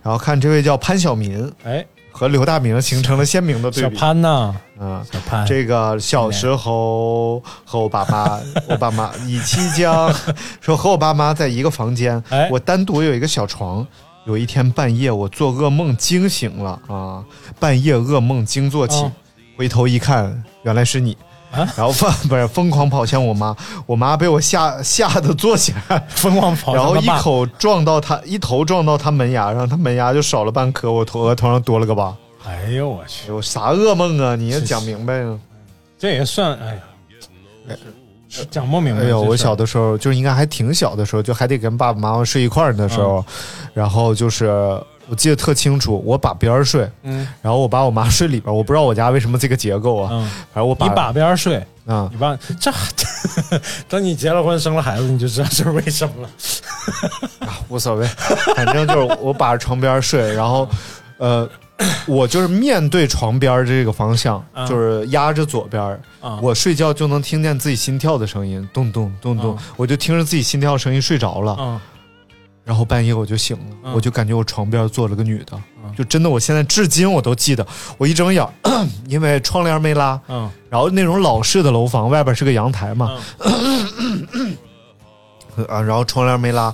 Speaker 2: 然后看这位叫潘晓民
Speaker 3: 哎，
Speaker 2: 和刘大明形成了鲜明的对
Speaker 3: 小
Speaker 2: 比。
Speaker 3: 潘呐，
Speaker 2: 啊，
Speaker 3: 小潘，
Speaker 2: 这个小时候和我爸
Speaker 3: 哎
Speaker 2: 妈， 我爸妈以期将说和我爸妈在一个房间
Speaker 3: 哎，
Speaker 2: 我单独有一个小床。有一天半夜，我做噩梦惊醒了啊！半夜噩梦惊坐起，
Speaker 3: 哦
Speaker 2: 回头一看，原来是你。
Speaker 3: 啊
Speaker 2: 然后疯不是疯狂跑向我妈，我妈被我吓吓得坐起来，
Speaker 3: 疯狂跑
Speaker 2: 然
Speaker 3: 向
Speaker 2: 后
Speaker 3: 他
Speaker 2: 一
Speaker 3: 爸，
Speaker 2: 口撞到她，一头撞到她门牙，让她门牙就少了半颗，我头额头上多了个疤。
Speaker 3: 哎呦我去，
Speaker 2: 哎呦，啥噩梦啊！你也讲明白啊！
Speaker 3: 这也算哎呀，是讲不明白。
Speaker 2: 哎呦，
Speaker 3: 这
Speaker 2: 我
Speaker 3: 事儿
Speaker 2: 小的时候就是应该还挺小的时候，就还得跟爸爸妈妈睡一块儿的时
Speaker 3: 嗯
Speaker 2: 候，然后就是我记得特清楚，我把边儿睡，
Speaker 3: 嗯
Speaker 2: 然后我把我妈睡里边儿，我不知道我家为什么这个结构啊，
Speaker 3: 嗯。
Speaker 2: 反正我把
Speaker 3: 你把边儿睡，
Speaker 2: 啊
Speaker 3: 你爸这 等你结了婚生了孩子，你就知道这是为 什么了。
Speaker 2: 无所谓，反正就是我把床边儿睡，然后呃，我就是面对床边儿这个方向，
Speaker 3: 嗯
Speaker 2: 就是压着左边儿，
Speaker 3: 啊，
Speaker 2: 我睡觉就能听见自己心跳的声音，咚咚咚咚，
Speaker 3: 嗯
Speaker 2: 我就听着自己心跳声音睡着了。
Speaker 3: 嗯
Speaker 2: 然后半夜我就醒了，
Speaker 3: 嗯
Speaker 2: 我就感觉我床边坐了个女的，
Speaker 3: 嗯
Speaker 2: 就真的，我现在至今我都记得，我一睁眼， 因为窗帘没拉，
Speaker 3: 嗯
Speaker 2: 然后那种老式的楼房外边是个阳台嘛，
Speaker 3: 嗯
Speaker 2: 啊，然后窗帘没拉，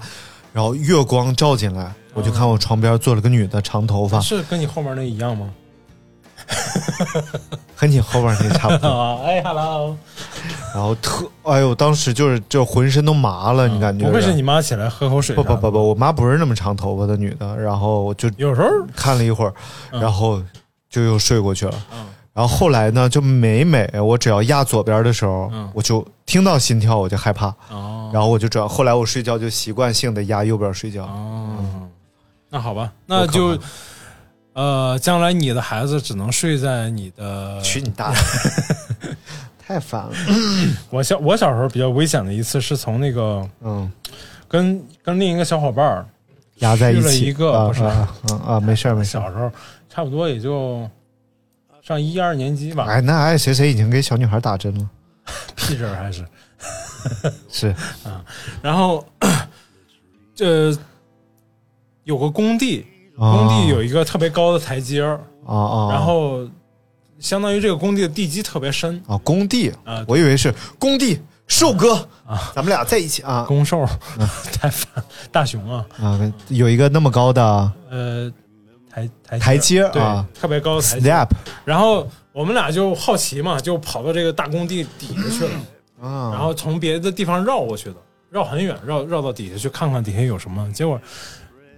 Speaker 2: 然后月光照进
Speaker 3: 嗯
Speaker 2: 来，我就看我床边坐了个女的，长头发，
Speaker 3: 是跟你后面那一样吗？
Speaker 2: 和你后边那差不多，
Speaker 3: 啊， 哎，hello，
Speaker 2: 然后特，哎呦，当时就是就浑身都麻了，你感觉？
Speaker 3: 嗯不会是你？妈起来喝口水？
Speaker 2: 不不不，不，我妈不是那么长头发的女的，然后我就
Speaker 3: 有时候
Speaker 2: 看了一会儿，
Speaker 3: 嗯
Speaker 2: 然后就又睡过去了。然后后来呢，就每每我只要压左边的时候，
Speaker 3: 嗯
Speaker 2: 我就听到心跳我就害怕，
Speaker 3: 哦
Speaker 2: 然后我就转。后来我睡觉就习惯性的压右边睡觉。
Speaker 3: 哦，那好吧，那
Speaker 2: 嗯多可怕
Speaker 3: 就呃，将来你的孩子只能睡在你的
Speaker 2: 去你 大爷！太烦了。
Speaker 3: 我小我小时候比较危险的一次是从那个
Speaker 2: 嗯，
Speaker 3: 跟跟另一个小伙伴儿
Speaker 2: 压在一
Speaker 3: 去了
Speaker 2: 起。
Speaker 3: 一个
Speaker 2: 啊
Speaker 3: 不是
Speaker 2: 啊啊啊，没事儿没事儿。
Speaker 3: 小时候差不多也就上一二年级吧，
Speaker 2: 哎，那爱谁谁已经给小女孩打针了。
Speaker 3: 屁事儿还是。
Speaker 2: 是，
Speaker 3: 然后 这有个工地，工
Speaker 2: 工
Speaker 3: 地有一个特别高的台阶儿，
Speaker 2: 啊啊，
Speaker 3: 然后相当于这个工地的地基特别深
Speaker 2: 啊工地
Speaker 3: 啊
Speaker 2: 我以为是工地瘦哥啊，咱们俩在一起啊
Speaker 3: 攻受、 太烦大熊啊，
Speaker 2: 啊，有一个那么高的
Speaker 3: 呃，台台
Speaker 2: 台阶
Speaker 3: 对、
Speaker 2: 啊
Speaker 3: 特别高的台阶。
Speaker 2: step
Speaker 3: 然后我们俩就好奇嘛，就跑到这个大工地底下去了，
Speaker 2: 啊，
Speaker 3: 然后从别的地方绕过去的，绕很远，绕绕到底下去看看底下有什么。结果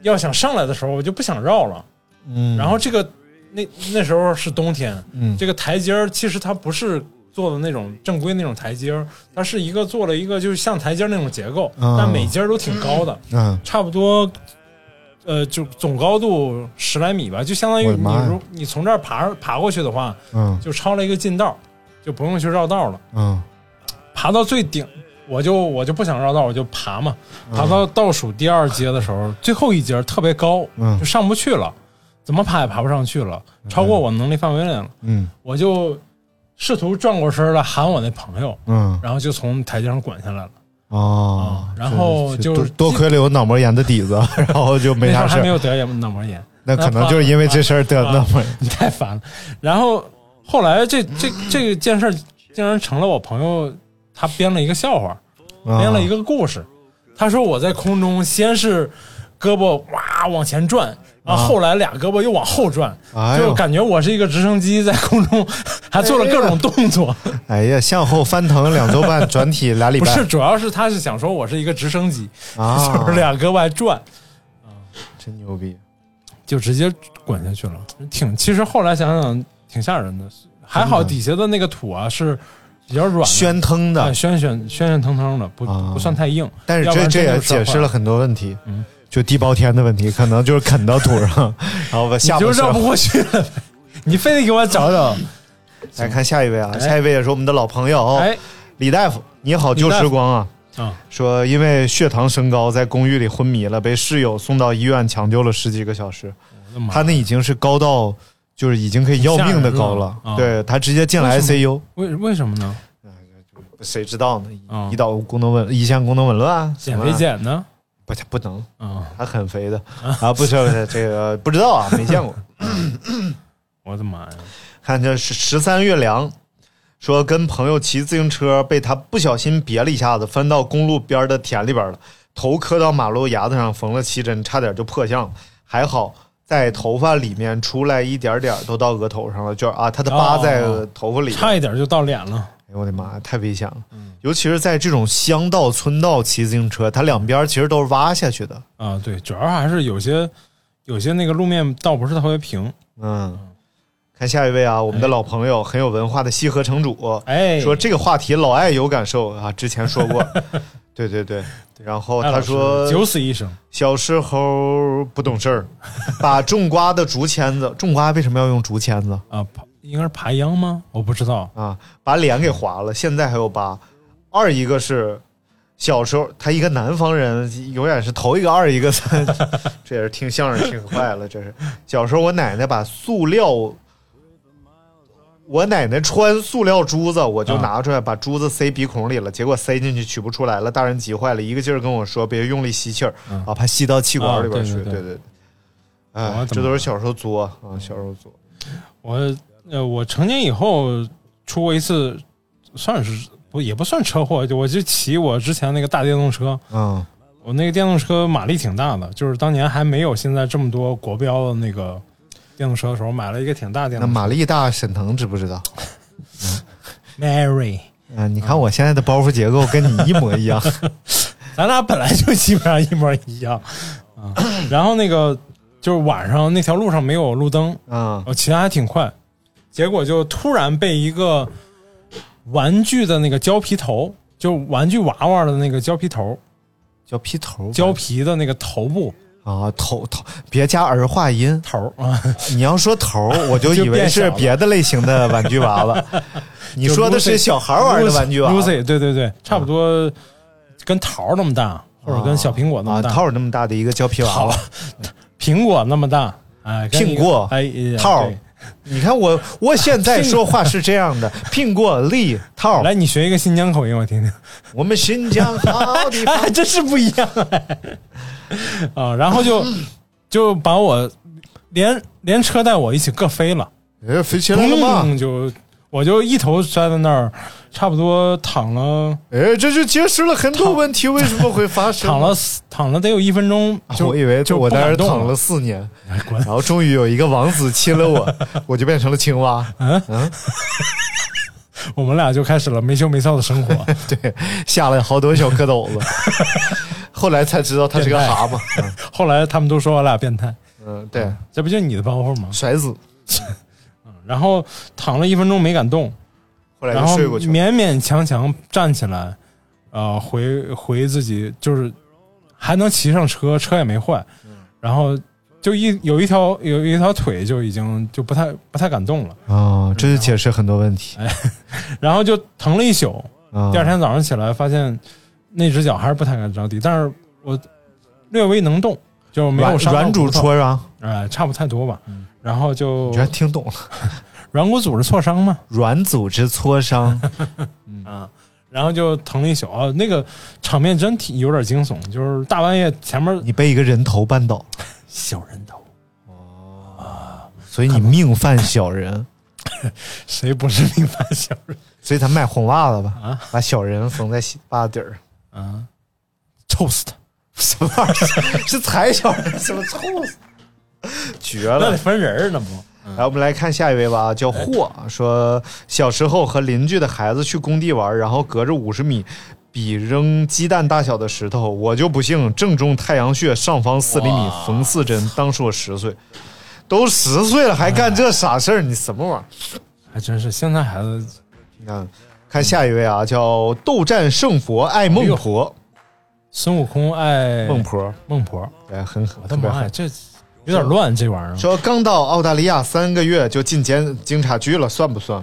Speaker 3: 要想上来的时候，我就不想绕了。
Speaker 2: 嗯，
Speaker 3: 然后这个那那时候是冬天，
Speaker 2: 嗯
Speaker 3: 这个台阶儿其实它不是做的那种正规那种台阶儿，它是一个做了一个就是像台阶儿那种结构，
Speaker 2: 啊
Speaker 3: 但每阶儿都挺高的，
Speaker 2: 嗯
Speaker 3: 差不多。呃，就总高度十来米吧，就相当于
Speaker 2: 我的妈呀
Speaker 3: 你如你从这儿爬爬过去的话，
Speaker 2: 嗯
Speaker 3: 就抄了一个近道，就不用去绕道了。
Speaker 2: 嗯
Speaker 3: 爬到最顶，我就我就不想绕道，我就爬嘛。
Speaker 2: 嗯
Speaker 3: 爬到倒数第二阶的时候，最后一节特别高，
Speaker 2: 嗯
Speaker 3: 就上不去了，怎么爬也爬不上去了，超过我能力范围内了。
Speaker 2: 嗯
Speaker 3: 我就试图转过身来喊我那朋友，
Speaker 2: 嗯
Speaker 3: 然后就从台阶上滚下来了。
Speaker 2: 哦，
Speaker 3: 然后就
Speaker 2: 多多亏了有脑膜炎的底子，然后就没
Speaker 3: 那时
Speaker 2: 啥
Speaker 3: 候
Speaker 2: 事
Speaker 3: 还没
Speaker 2: 儿。
Speaker 3: 有得眼脑膜炎，
Speaker 2: 那可能就是因为这事儿得脑膜炎。
Speaker 3: 你 太烦了。然后后来这这这个件事儿竟然成了我朋友他编了一个笑话。编了一
Speaker 2: 个
Speaker 3: 个故事。他说我在空中先是胳膊哇往前转，然后后来俩胳膊又往后转，
Speaker 2: 啊哎呦
Speaker 3: 就感觉我是一个直升机在空中， 还做了各种动作。
Speaker 2: 哎呀，向后翻腾两周半，转体俩礼
Speaker 3: 不
Speaker 2: 拜。
Speaker 3: 是，主要是他是想说我是一个直升机，
Speaker 2: 啊
Speaker 3: 就是俩胳膊还转，
Speaker 2: 真牛逼。
Speaker 3: 就直接滚下去了。挺，其实后来想想挺吓人的，还好底下的那个土啊是比较软的。
Speaker 2: 喧腾
Speaker 3: 哎
Speaker 2: 的，
Speaker 3: 宣宣宣宣腾腾的，不
Speaker 2: 啊
Speaker 3: 不算太硬，
Speaker 2: 但是
Speaker 3: 要不
Speaker 2: 这
Speaker 3: 然
Speaker 2: 这
Speaker 3: 真
Speaker 2: 也
Speaker 3: 的是
Speaker 2: 解释
Speaker 3: 坏
Speaker 2: 了很多问题，
Speaker 3: 嗯
Speaker 2: 就地包天的问题，可能就是啃到土上，然后把下
Speaker 3: 你
Speaker 2: 巴
Speaker 3: 就绕不
Speaker 2: 折。
Speaker 3: 过去 了呗，你非得给我找
Speaker 2: 哦
Speaker 3: 找。
Speaker 2: 来看下一位啊，
Speaker 3: 哎
Speaker 2: 下一位也是我们的老朋友、
Speaker 3: 哎，
Speaker 2: 李大夫，你好，
Speaker 3: 李
Speaker 2: 旧
Speaker 3: 大夫
Speaker 2: 时光啊。
Speaker 3: 啊，
Speaker 2: 说因为血糖升高，在公寓里昏迷了，被室友送到医院抢救了十几个小时。
Speaker 3: 我的妈
Speaker 2: 他那已经是高到，就是已经可以要命的高了。
Speaker 3: 吓人了啊
Speaker 2: 对他直接进了
Speaker 3: 为什
Speaker 2: ICU，
Speaker 3: 为为什么呢？
Speaker 2: 谁知道呢？
Speaker 3: 啊
Speaker 2: 胰岛功能紊，胰腺功能紊乱，
Speaker 3: 减肥
Speaker 2: 减
Speaker 3: 减呢？
Speaker 2: 不不能，
Speaker 3: 啊，
Speaker 2: 他很肥的啊，不是不是这个不知道啊，没见过。
Speaker 3: 我的妈呀！
Speaker 2: 看这十十三月凉，说跟朋友骑自行车被他不小心别了一下子，翻到公路边的田里边了，头磕到马路牙子上，缝了七针，差点就破相了，还好。在头发里面出来一点点，都到额头上了，就是啊，他的疤
Speaker 3: 哦
Speaker 2: 在头发里面。
Speaker 3: 差一点就到脸了。
Speaker 2: 哎呦我的妈呀，太危险了！尤其是在这种乡道、村道骑自行车，它两边其实都是挖下去的。
Speaker 3: 啊，对，主要还是有些有些那个路面道不是特别平。
Speaker 2: 嗯，看下一位啊，我们的老朋友，很有文化的西河城主，
Speaker 3: 哎，
Speaker 2: 说这个话题老艾有感受啊，之前说 过，对对对。然后
Speaker 3: 艾
Speaker 2: 哦他
Speaker 3: 老师
Speaker 2: 说，
Speaker 3: 九死一生，
Speaker 2: 小时候不懂事儿，把种瓜的竹签子，种瓜为什么要用竹签子
Speaker 3: 啊，爬应该是爬秧吗？我不知道。
Speaker 2: 啊？把脸给划了，现在还有疤。二一个是小时候，他一个南方人，永远是头一个二一个三， 这也是听相声听坏了，这是小时候我奶奶把塑料。我奶奶穿塑料珠子，我就
Speaker 3: 啊
Speaker 2: 拿出来，把珠子塞鼻孔里了，结果塞进去取不出来了，大人急坏了，一个劲儿跟我说别用力吸气儿、
Speaker 3: 嗯
Speaker 2: 啊，怕吸到气管里边去。
Speaker 3: 啊对对
Speaker 2: 对
Speaker 3: 对
Speaker 2: 对，
Speaker 3: 我
Speaker 2: 哎，
Speaker 3: 的
Speaker 2: 这
Speaker 3: 妈
Speaker 2: 都是小时候作啊，小时候作。
Speaker 3: 我呃，我成年以后出过一次，算是不也不算车祸，就我就骑我之前那个大电动车，
Speaker 2: 嗯
Speaker 3: 我那个电动车马力挺大的，就是当年还没有现在这么多国标的那个电动车的时候，买了一个挺大的电
Speaker 2: 那
Speaker 3: 动车
Speaker 2: 马力大，沈腾知不知道？
Speaker 3: Mary。
Speaker 2: 嗯、你看我现在的包袱结构跟你一模 一样。
Speaker 3: 咱俩本来就基本上一模一样啊。然后那个就是晚上那条路上没有路灯，
Speaker 2: 嗯
Speaker 3: 哦我骑的还挺快，结果就突然被一个玩具的那个胶皮头，就玩具娃娃的那个胶皮头，
Speaker 2: 叫披头吧，
Speaker 3: 胶皮的那个头部
Speaker 2: 啊头头，别加儿化音。
Speaker 3: 头啊，
Speaker 2: 你要说头，我就
Speaker 3: 就
Speaker 2: 以为
Speaker 3: 变小
Speaker 2: 是
Speaker 3: 了
Speaker 2: 别的类型的玩具娃娃。你说的是小孩玩的玩具嗯娃娃
Speaker 3: Lucy，对对对，差不多跟桃儿那么大，或者跟小苹果那
Speaker 2: 啊，
Speaker 3: 么大，
Speaker 2: 套儿那么大的一个胶皮娃
Speaker 3: 桃
Speaker 2: 娃。
Speaker 3: 苹果那么大，哎，跟一个
Speaker 2: 苹果
Speaker 3: 哎，哎
Speaker 2: 套儿
Speaker 3: 对
Speaker 2: 你看我，我现在说话是这样的：苹果、梨、套儿。
Speaker 3: 来，你学一个新疆口音，我听听。
Speaker 2: 我们新疆好地方
Speaker 3: 哎，。真是不一样哎！啊，然后 就就把我连连车带我一起各飞了，
Speaker 2: 哎，飞起来了吗？
Speaker 3: 嗯，就我就一头栽在那儿，差不多躺了
Speaker 2: 哎，这就揭示了很多问题为什么会发生。
Speaker 3: 躺了四躺了得有一分钟
Speaker 2: 啊，
Speaker 3: 就
Speaker 2: 我以为
Speaker 3: 就
Speaker 2: 我在那
Speaker 3: 那
Speaker 2: 儿躺了，四年，
Speaker 3: 哎滚
Speaker 2: 然后终于有一个王子亲了 我，我就变成了青蛙。
Speaker 3: 啊我们俩就开始了没羞没臊的生活。
Speaker 2: 对，下了好多小蝌蚪子， 后来才知道他是个
Speaker 3: 变态
Speaker 2: 蛤蟆。
Speaker 3: 后来他们都说我俩变态，
Speaker 2: 嗯，对，
Speaker 3: 这不就是你的包袱吗？
Speaker 2: 甩子，
Speaker 3: 然后躺了一分钟没敢动，
Speaker 2: 后来
Speaker 3: 然
Speaker 2: 就
Speaker 3: 后
Speaker 2: 睡过去了。
Speaker 3: 勉勉强强站起来，呃，回回自己就是还能骑上车，车也没坏，
Speaker 2: 嗯
Speaker 3: 然后就一有一条有一条腿就已经就不太不太敢动了，
Speaker 2: 啊，这就解释很多问题。
Speaker 3: 然后就疼了一宿，
Speaker 2: 啊
Speaker 3: 哎第二天早上起来发现那只脚还是不太敢着地，但是我略微能动，就
Speaker 2: 嗯
Speaker 3: 没
Speaker 2: 软
Speaker 3: 有伤到
Speaker 2: 软
Speaker 3: 骨
Speaker 2: 主
Speaker 3: 头，哦
Speaker 2: 戳嗯伤，
Speaker 3: 哎，差不太多吧，然后就
Speaker 2: 居然听懂了，
Speaker 3: 软骨组织挫伤嘛，
Speaker 2: 软组织挫伤。
Speaker 3: 啊，然后就疼了一宿啊，那个场面真挺有点惊悚，就是大半夜前面
Speaker 2: 你被一个人头绊倒，
Speaker 3: 小人头，
Speaker 2: 所以你命犯小人，
Speaker 3: 谁不是命犯小人
Speaker 2: 所以咱卖红袜子吧，把小人缝在西袜底儿。
Speaker 3: 啊？臭死他！
Speaker 2: 什么玩意儿？ 是踩小人？什么臭死？绝
Speaker 3: 那嗯
Speaker 2: 了
Speaker 3: 得！分人儿呢不？
Speaker 2: 来，我们来看下一位吧，叫霍，
Speaker 3: 嗯
Speaker 2: 说小时候和邻居的孩子去工地玩，然后隔着五十米。比扔鸡蛋大小的石头，我就不幸正中太阳穴上方四厘米，缝四针。当时我十岁，都十岁了还干这傻事儿，你什么玩意儿？
Speaker 3: 还真是，现在孩子
Speaker 2: 你看，看下一位啊，叫斗战胜佛爱
Speaker 3: 哎
Speaker 2: 孟
Speaker 3: 呦
Speaker 2: 婆，
Speaker 3: 孙悟空爱
Speaker 2: 孟婆，
Speaker 3: 哎孟婆，
Speaker 2: 哎，很
Speaker 3: 我
Speaker 2: 我
Speaker 3: 的妈呀，这有点乱这玩意儿。
Speaker 2: 说刚到澳大利亚三个月就进监警察局了，算不 算？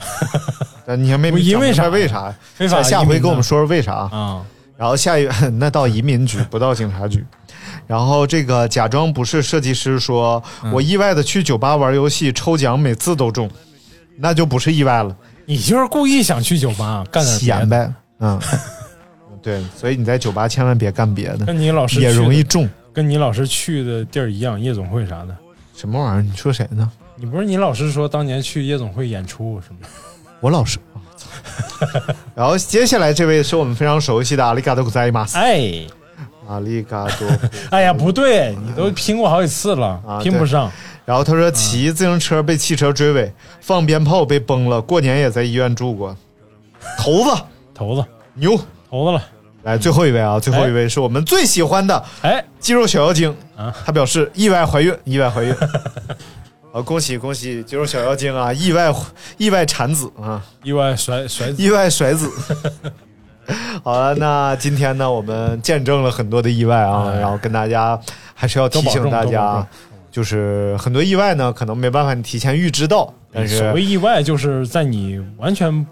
Speaker 2: 但你还没
Speaker 3: 不因为啥啊
Speaker 2: 讲明白为啥？
Speaker 3: 非法移民呢
Speaker 2: 下回跟我们说说为啥啊？
Speaker 3: 啊，
Speaker 2: 然后下一 那到移民局，不到警察局。然后这个假装不是设计师说，
Speaker 3: 嗯
Speaker 2: 我意外的去酒吧玩游戏抽奖，每次都中，那就不是意外了，
Speaker 3: 你就是故意想去酒吧干点别
Speaker 2: 显
Speaker 3: 的，
Speaker 2: 摆，嗯， 对，所以你在酒吧千万别干别啊的，
Speaker 3: 跟你老师
Speaker 2: 也
Speaker 3: 去的
Speaker 2: 容易中。
Speaker 3: 跟你老师去的地儿一样，夜总会啥的。
Speaker 2: 什么玩意儿？你说谁呢？
Speaker 3: 你不是你老师说当年去夜总会演出什么的？
Speaker 2: 我老师。我操 然后接下来这位是我们非常熟悉的阿里嘎多古塞伊马斯，
Speaker 3: 哎，
Speaker 2: 阿里嘎多。
Speaker 3: 哎呀，不对，你都拼过好几次了，拼不上。
Speaker 2: 然后他说骑自行车被汽车追尾，放鞭炮被崩了，过年也在医院住过。头子
Speaker 3: 头子，
Speaker 2: 牛，
Speaker 3: 头子了。
Speaker 2: 来最后一位啊，最后一位是我们最喜欢的
Speaker 3: 哎，
Speaker 2: 肌肉小妖精，他表示意外怀孕，意外怀孕。好，恭喜恭喜肌肉小妖精啊，意外意外产子啊。
Speaker 3: 意外甩 甩子，
Speaker 2: 意外甩子。好了，那今天呢，我们见证了很多的意外啊，然后跟大家还是要提醒大
Speaker 3: 哎都保重都
Speaker 2: 家
Speaker 3: 保
Speaker 2: 啊，就是很多意外呢，可能没办法你提前预知到，但是
Speaker 3: 所谓意外，就是在你完全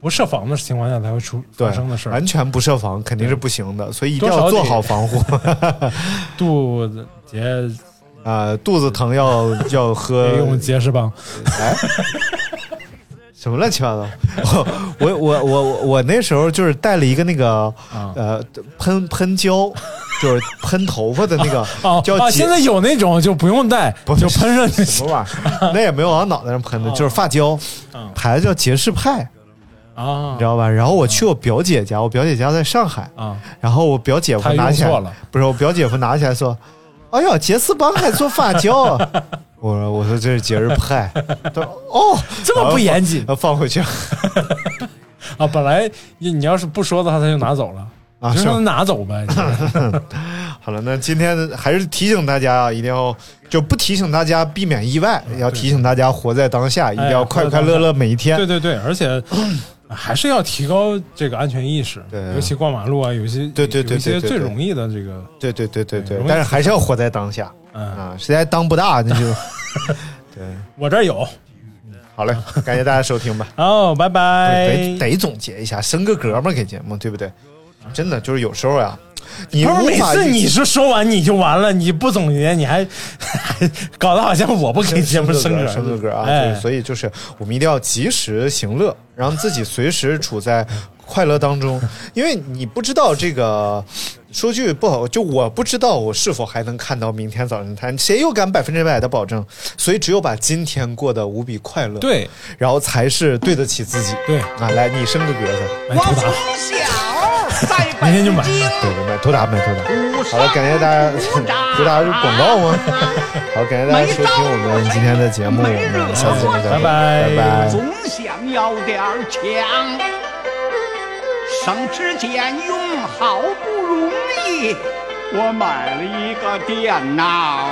Speaker 3: 不设防的情况下才会出
Speaker 2: 对
Speaker 3: 发生的事儿
Speaker 2: 完。全不设防肯定是不行的，所以一定要
Speaker 3: 多少得
Speaker 2: 做好防护。
Speaker 3: 杜杰
Speaker 2: 啊，肚子疼要要喝
Speaker 3: 得用杰士棒，
Speaker 2: 什么乱七八糟？我我我我我那时候就是带了一个那个
Speaker 3: 啊
Speaker 2: 呃喷喷胶， 就是喷头发的那个
Speaker 3: 哦
Speaker 2: 叫
Speaker 3: 啊！
Speaker 2: 洁
Speaker 3: 现在有那种就不用带，
Speaker 2: 是
Speaker 3: 就喷上就
Speaker 2: 什
Speaker 3: 行
Speaker 2: 么玩意儿？那也没有往脑袋上喷的，就是发胶
Speaker 3: 嗯，
Speaker 2: 牌子叫杰士派，
Speaker 3: 啊
Speaker 2: 你知道吧？然后我去我表姐家，我表姐家在上海，
Speaker 3: 啊！
Speaker 2: 然后我表姐夫
Speaker 3: 她
Speaker 2: 拿
Speaker 3: 用
Speaker 2: 起
Speaker 3: 错
Speaker 2: 来
Speaker 3: 了，
Speaker 2: 不是我表姐夫拿起来说：“哎呦，杰士邦还做发胶啊！” 我说：“我说这是杰士派。”他说：“哦，
Speaker 3: 这么不严谨
Speaker 2: 然后放回去
Speaker 3: 啊！本来你你要是不说的话，他就拿走了，
Speaker 2: 啊！”
Speaker 3: 就是
Speaker 2: 吗
Speaker 3: 让他拿走呗。
Speaker 2: 好了，那今天还是提醒大家啊，一定要就不提醒大家避免意外，也要提醒大家活在当下，一
Speaker 3: 哎
Speaker 2: 定要快快乐乐每一天。
Speaker 3: 对对对，而且还是要提高这个安全意识，
Speaker 2: 对啊
Speaker 3: 尤其过马路啊，有一些
Speaker 2: 对对对对
Speaker 3: 有一些
Speaker 2: 对对
Speaker 3: 最容易的这个，
Speaker 2: 对对对对对
Speaker 3: 容，易
Speaker 2: 但是还是要活在当下
Speaker 3: 嗯，
Speaker 2: 啊！实在当不大 那就
Speaker 3: 我这儿有，
Speaker 2: 好嘞，感谢大家收听 吧。
Speaker 3: 哦，拜拜，
Speaker 2: 得得总结一下，升个格嘛给节目，对不对？真的就是有时候呀、啊你
Speaker 3: 啊不是
Speaker 2: 无
Speaker 3: 每
Speaker 2: 法
Speaker 3: 次
Speaker 2: 预
Speaker 3: 你
Speaker 2: 知
Speaker 3: 是说完你就完了，你不总结，你还 还搞得好像我不给节目升格，
Speaker 2: 升个格啊，
Speaker 3: 哎
Speaker 2: 对，所以就是我们一定要及时行乐，让自己随时处在快乐当中，因为你不知道这个。说句不好，就我不知道我是否还能看到明天早晨摊，谁又敢百分之百的保证？所以只有把今天过得无比快乐，，
Speaker 3: 对
Speaker 2: 然后才是对得起自己。
Speaker 3: 对，
Speaker 2: 啊，来，你升个格去。
Speaker 3: 买图达，明天就买。
Speaker 2: 对对，买多打买多打。好了，感谢大家，多打是广告吗？好，感谢大家收听我们今天的节目，我们下次节目再见，
Speaker 3: 拜拜
Speaker 2: 拜拜。
Speaker 5: 总想要点儿强，省吃俭用好不容易，我买了一个电脑，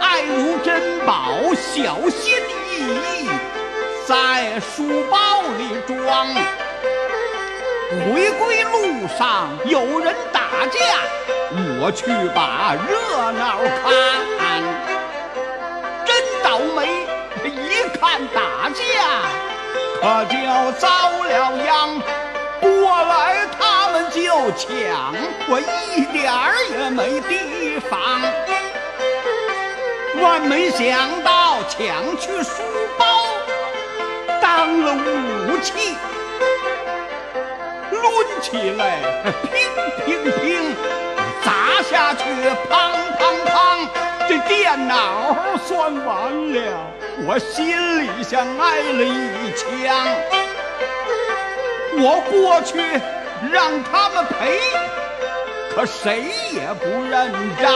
Speaker 5: 爱如珍宝，小心翼翼在书包里装。回归路上有人打架，我去把热闹看。真倒霉，一看打架，可就遭了殃。过来他们就抢，我一点儿也没提防。万没想到抢去书包，当了武器，抡起来，乒乒乒，砸下去，砰砰砰，这电脑算完了，我心里像挨了一枪。我过去让他们赔，可谁也不认账。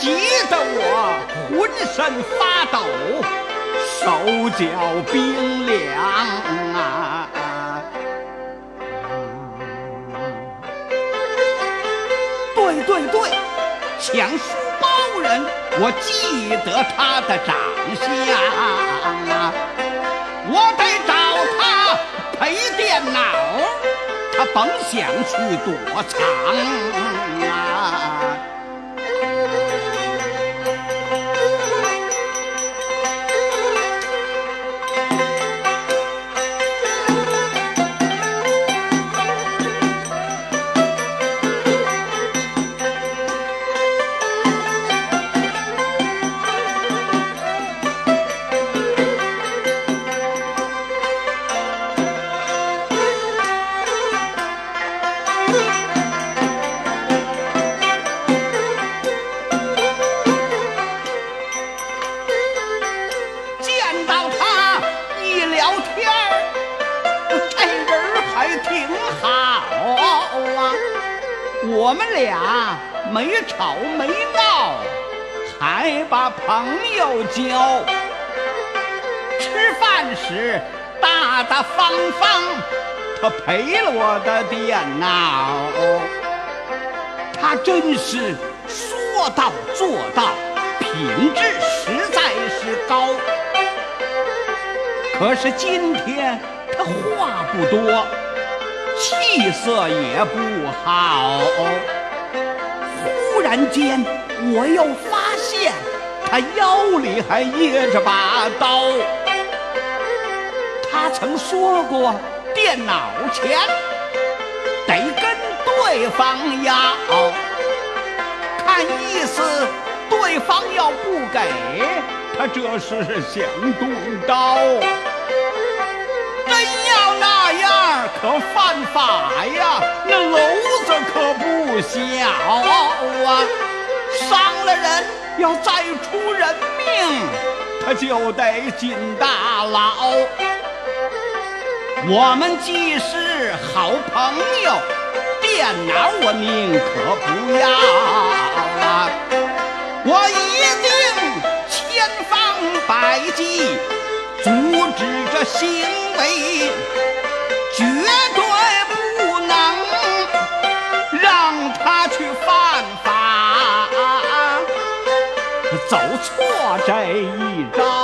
Speaker 5: 急得我浑身发抖，手脚冰凉啊！嗯对对对，抢书包人，我记得他的长相啊，我得找他赔电脑，他甭想去躲藏啊！见到他一聊天儿，这人还挺好啊。我们俩没吵没闹，还把朋友交。吃饭时大大方方，他赔了我的电脑。他真是说到做到，品质实在是高。可是今天他话不多，气色也不好。忽然间，我又发现他腰里还掖着把刀。他曾说过，电脑前得跟对方要。看意思，对方要不给，他这是想动刀。真要那样，可犯法呀，那篓子可不小啊！伤了人，要再出人命，他就得进大牢。我们既是好朋友，电脑我宁可不要啊！我一定千方百计阻止这行为，绝对不能这一招。啊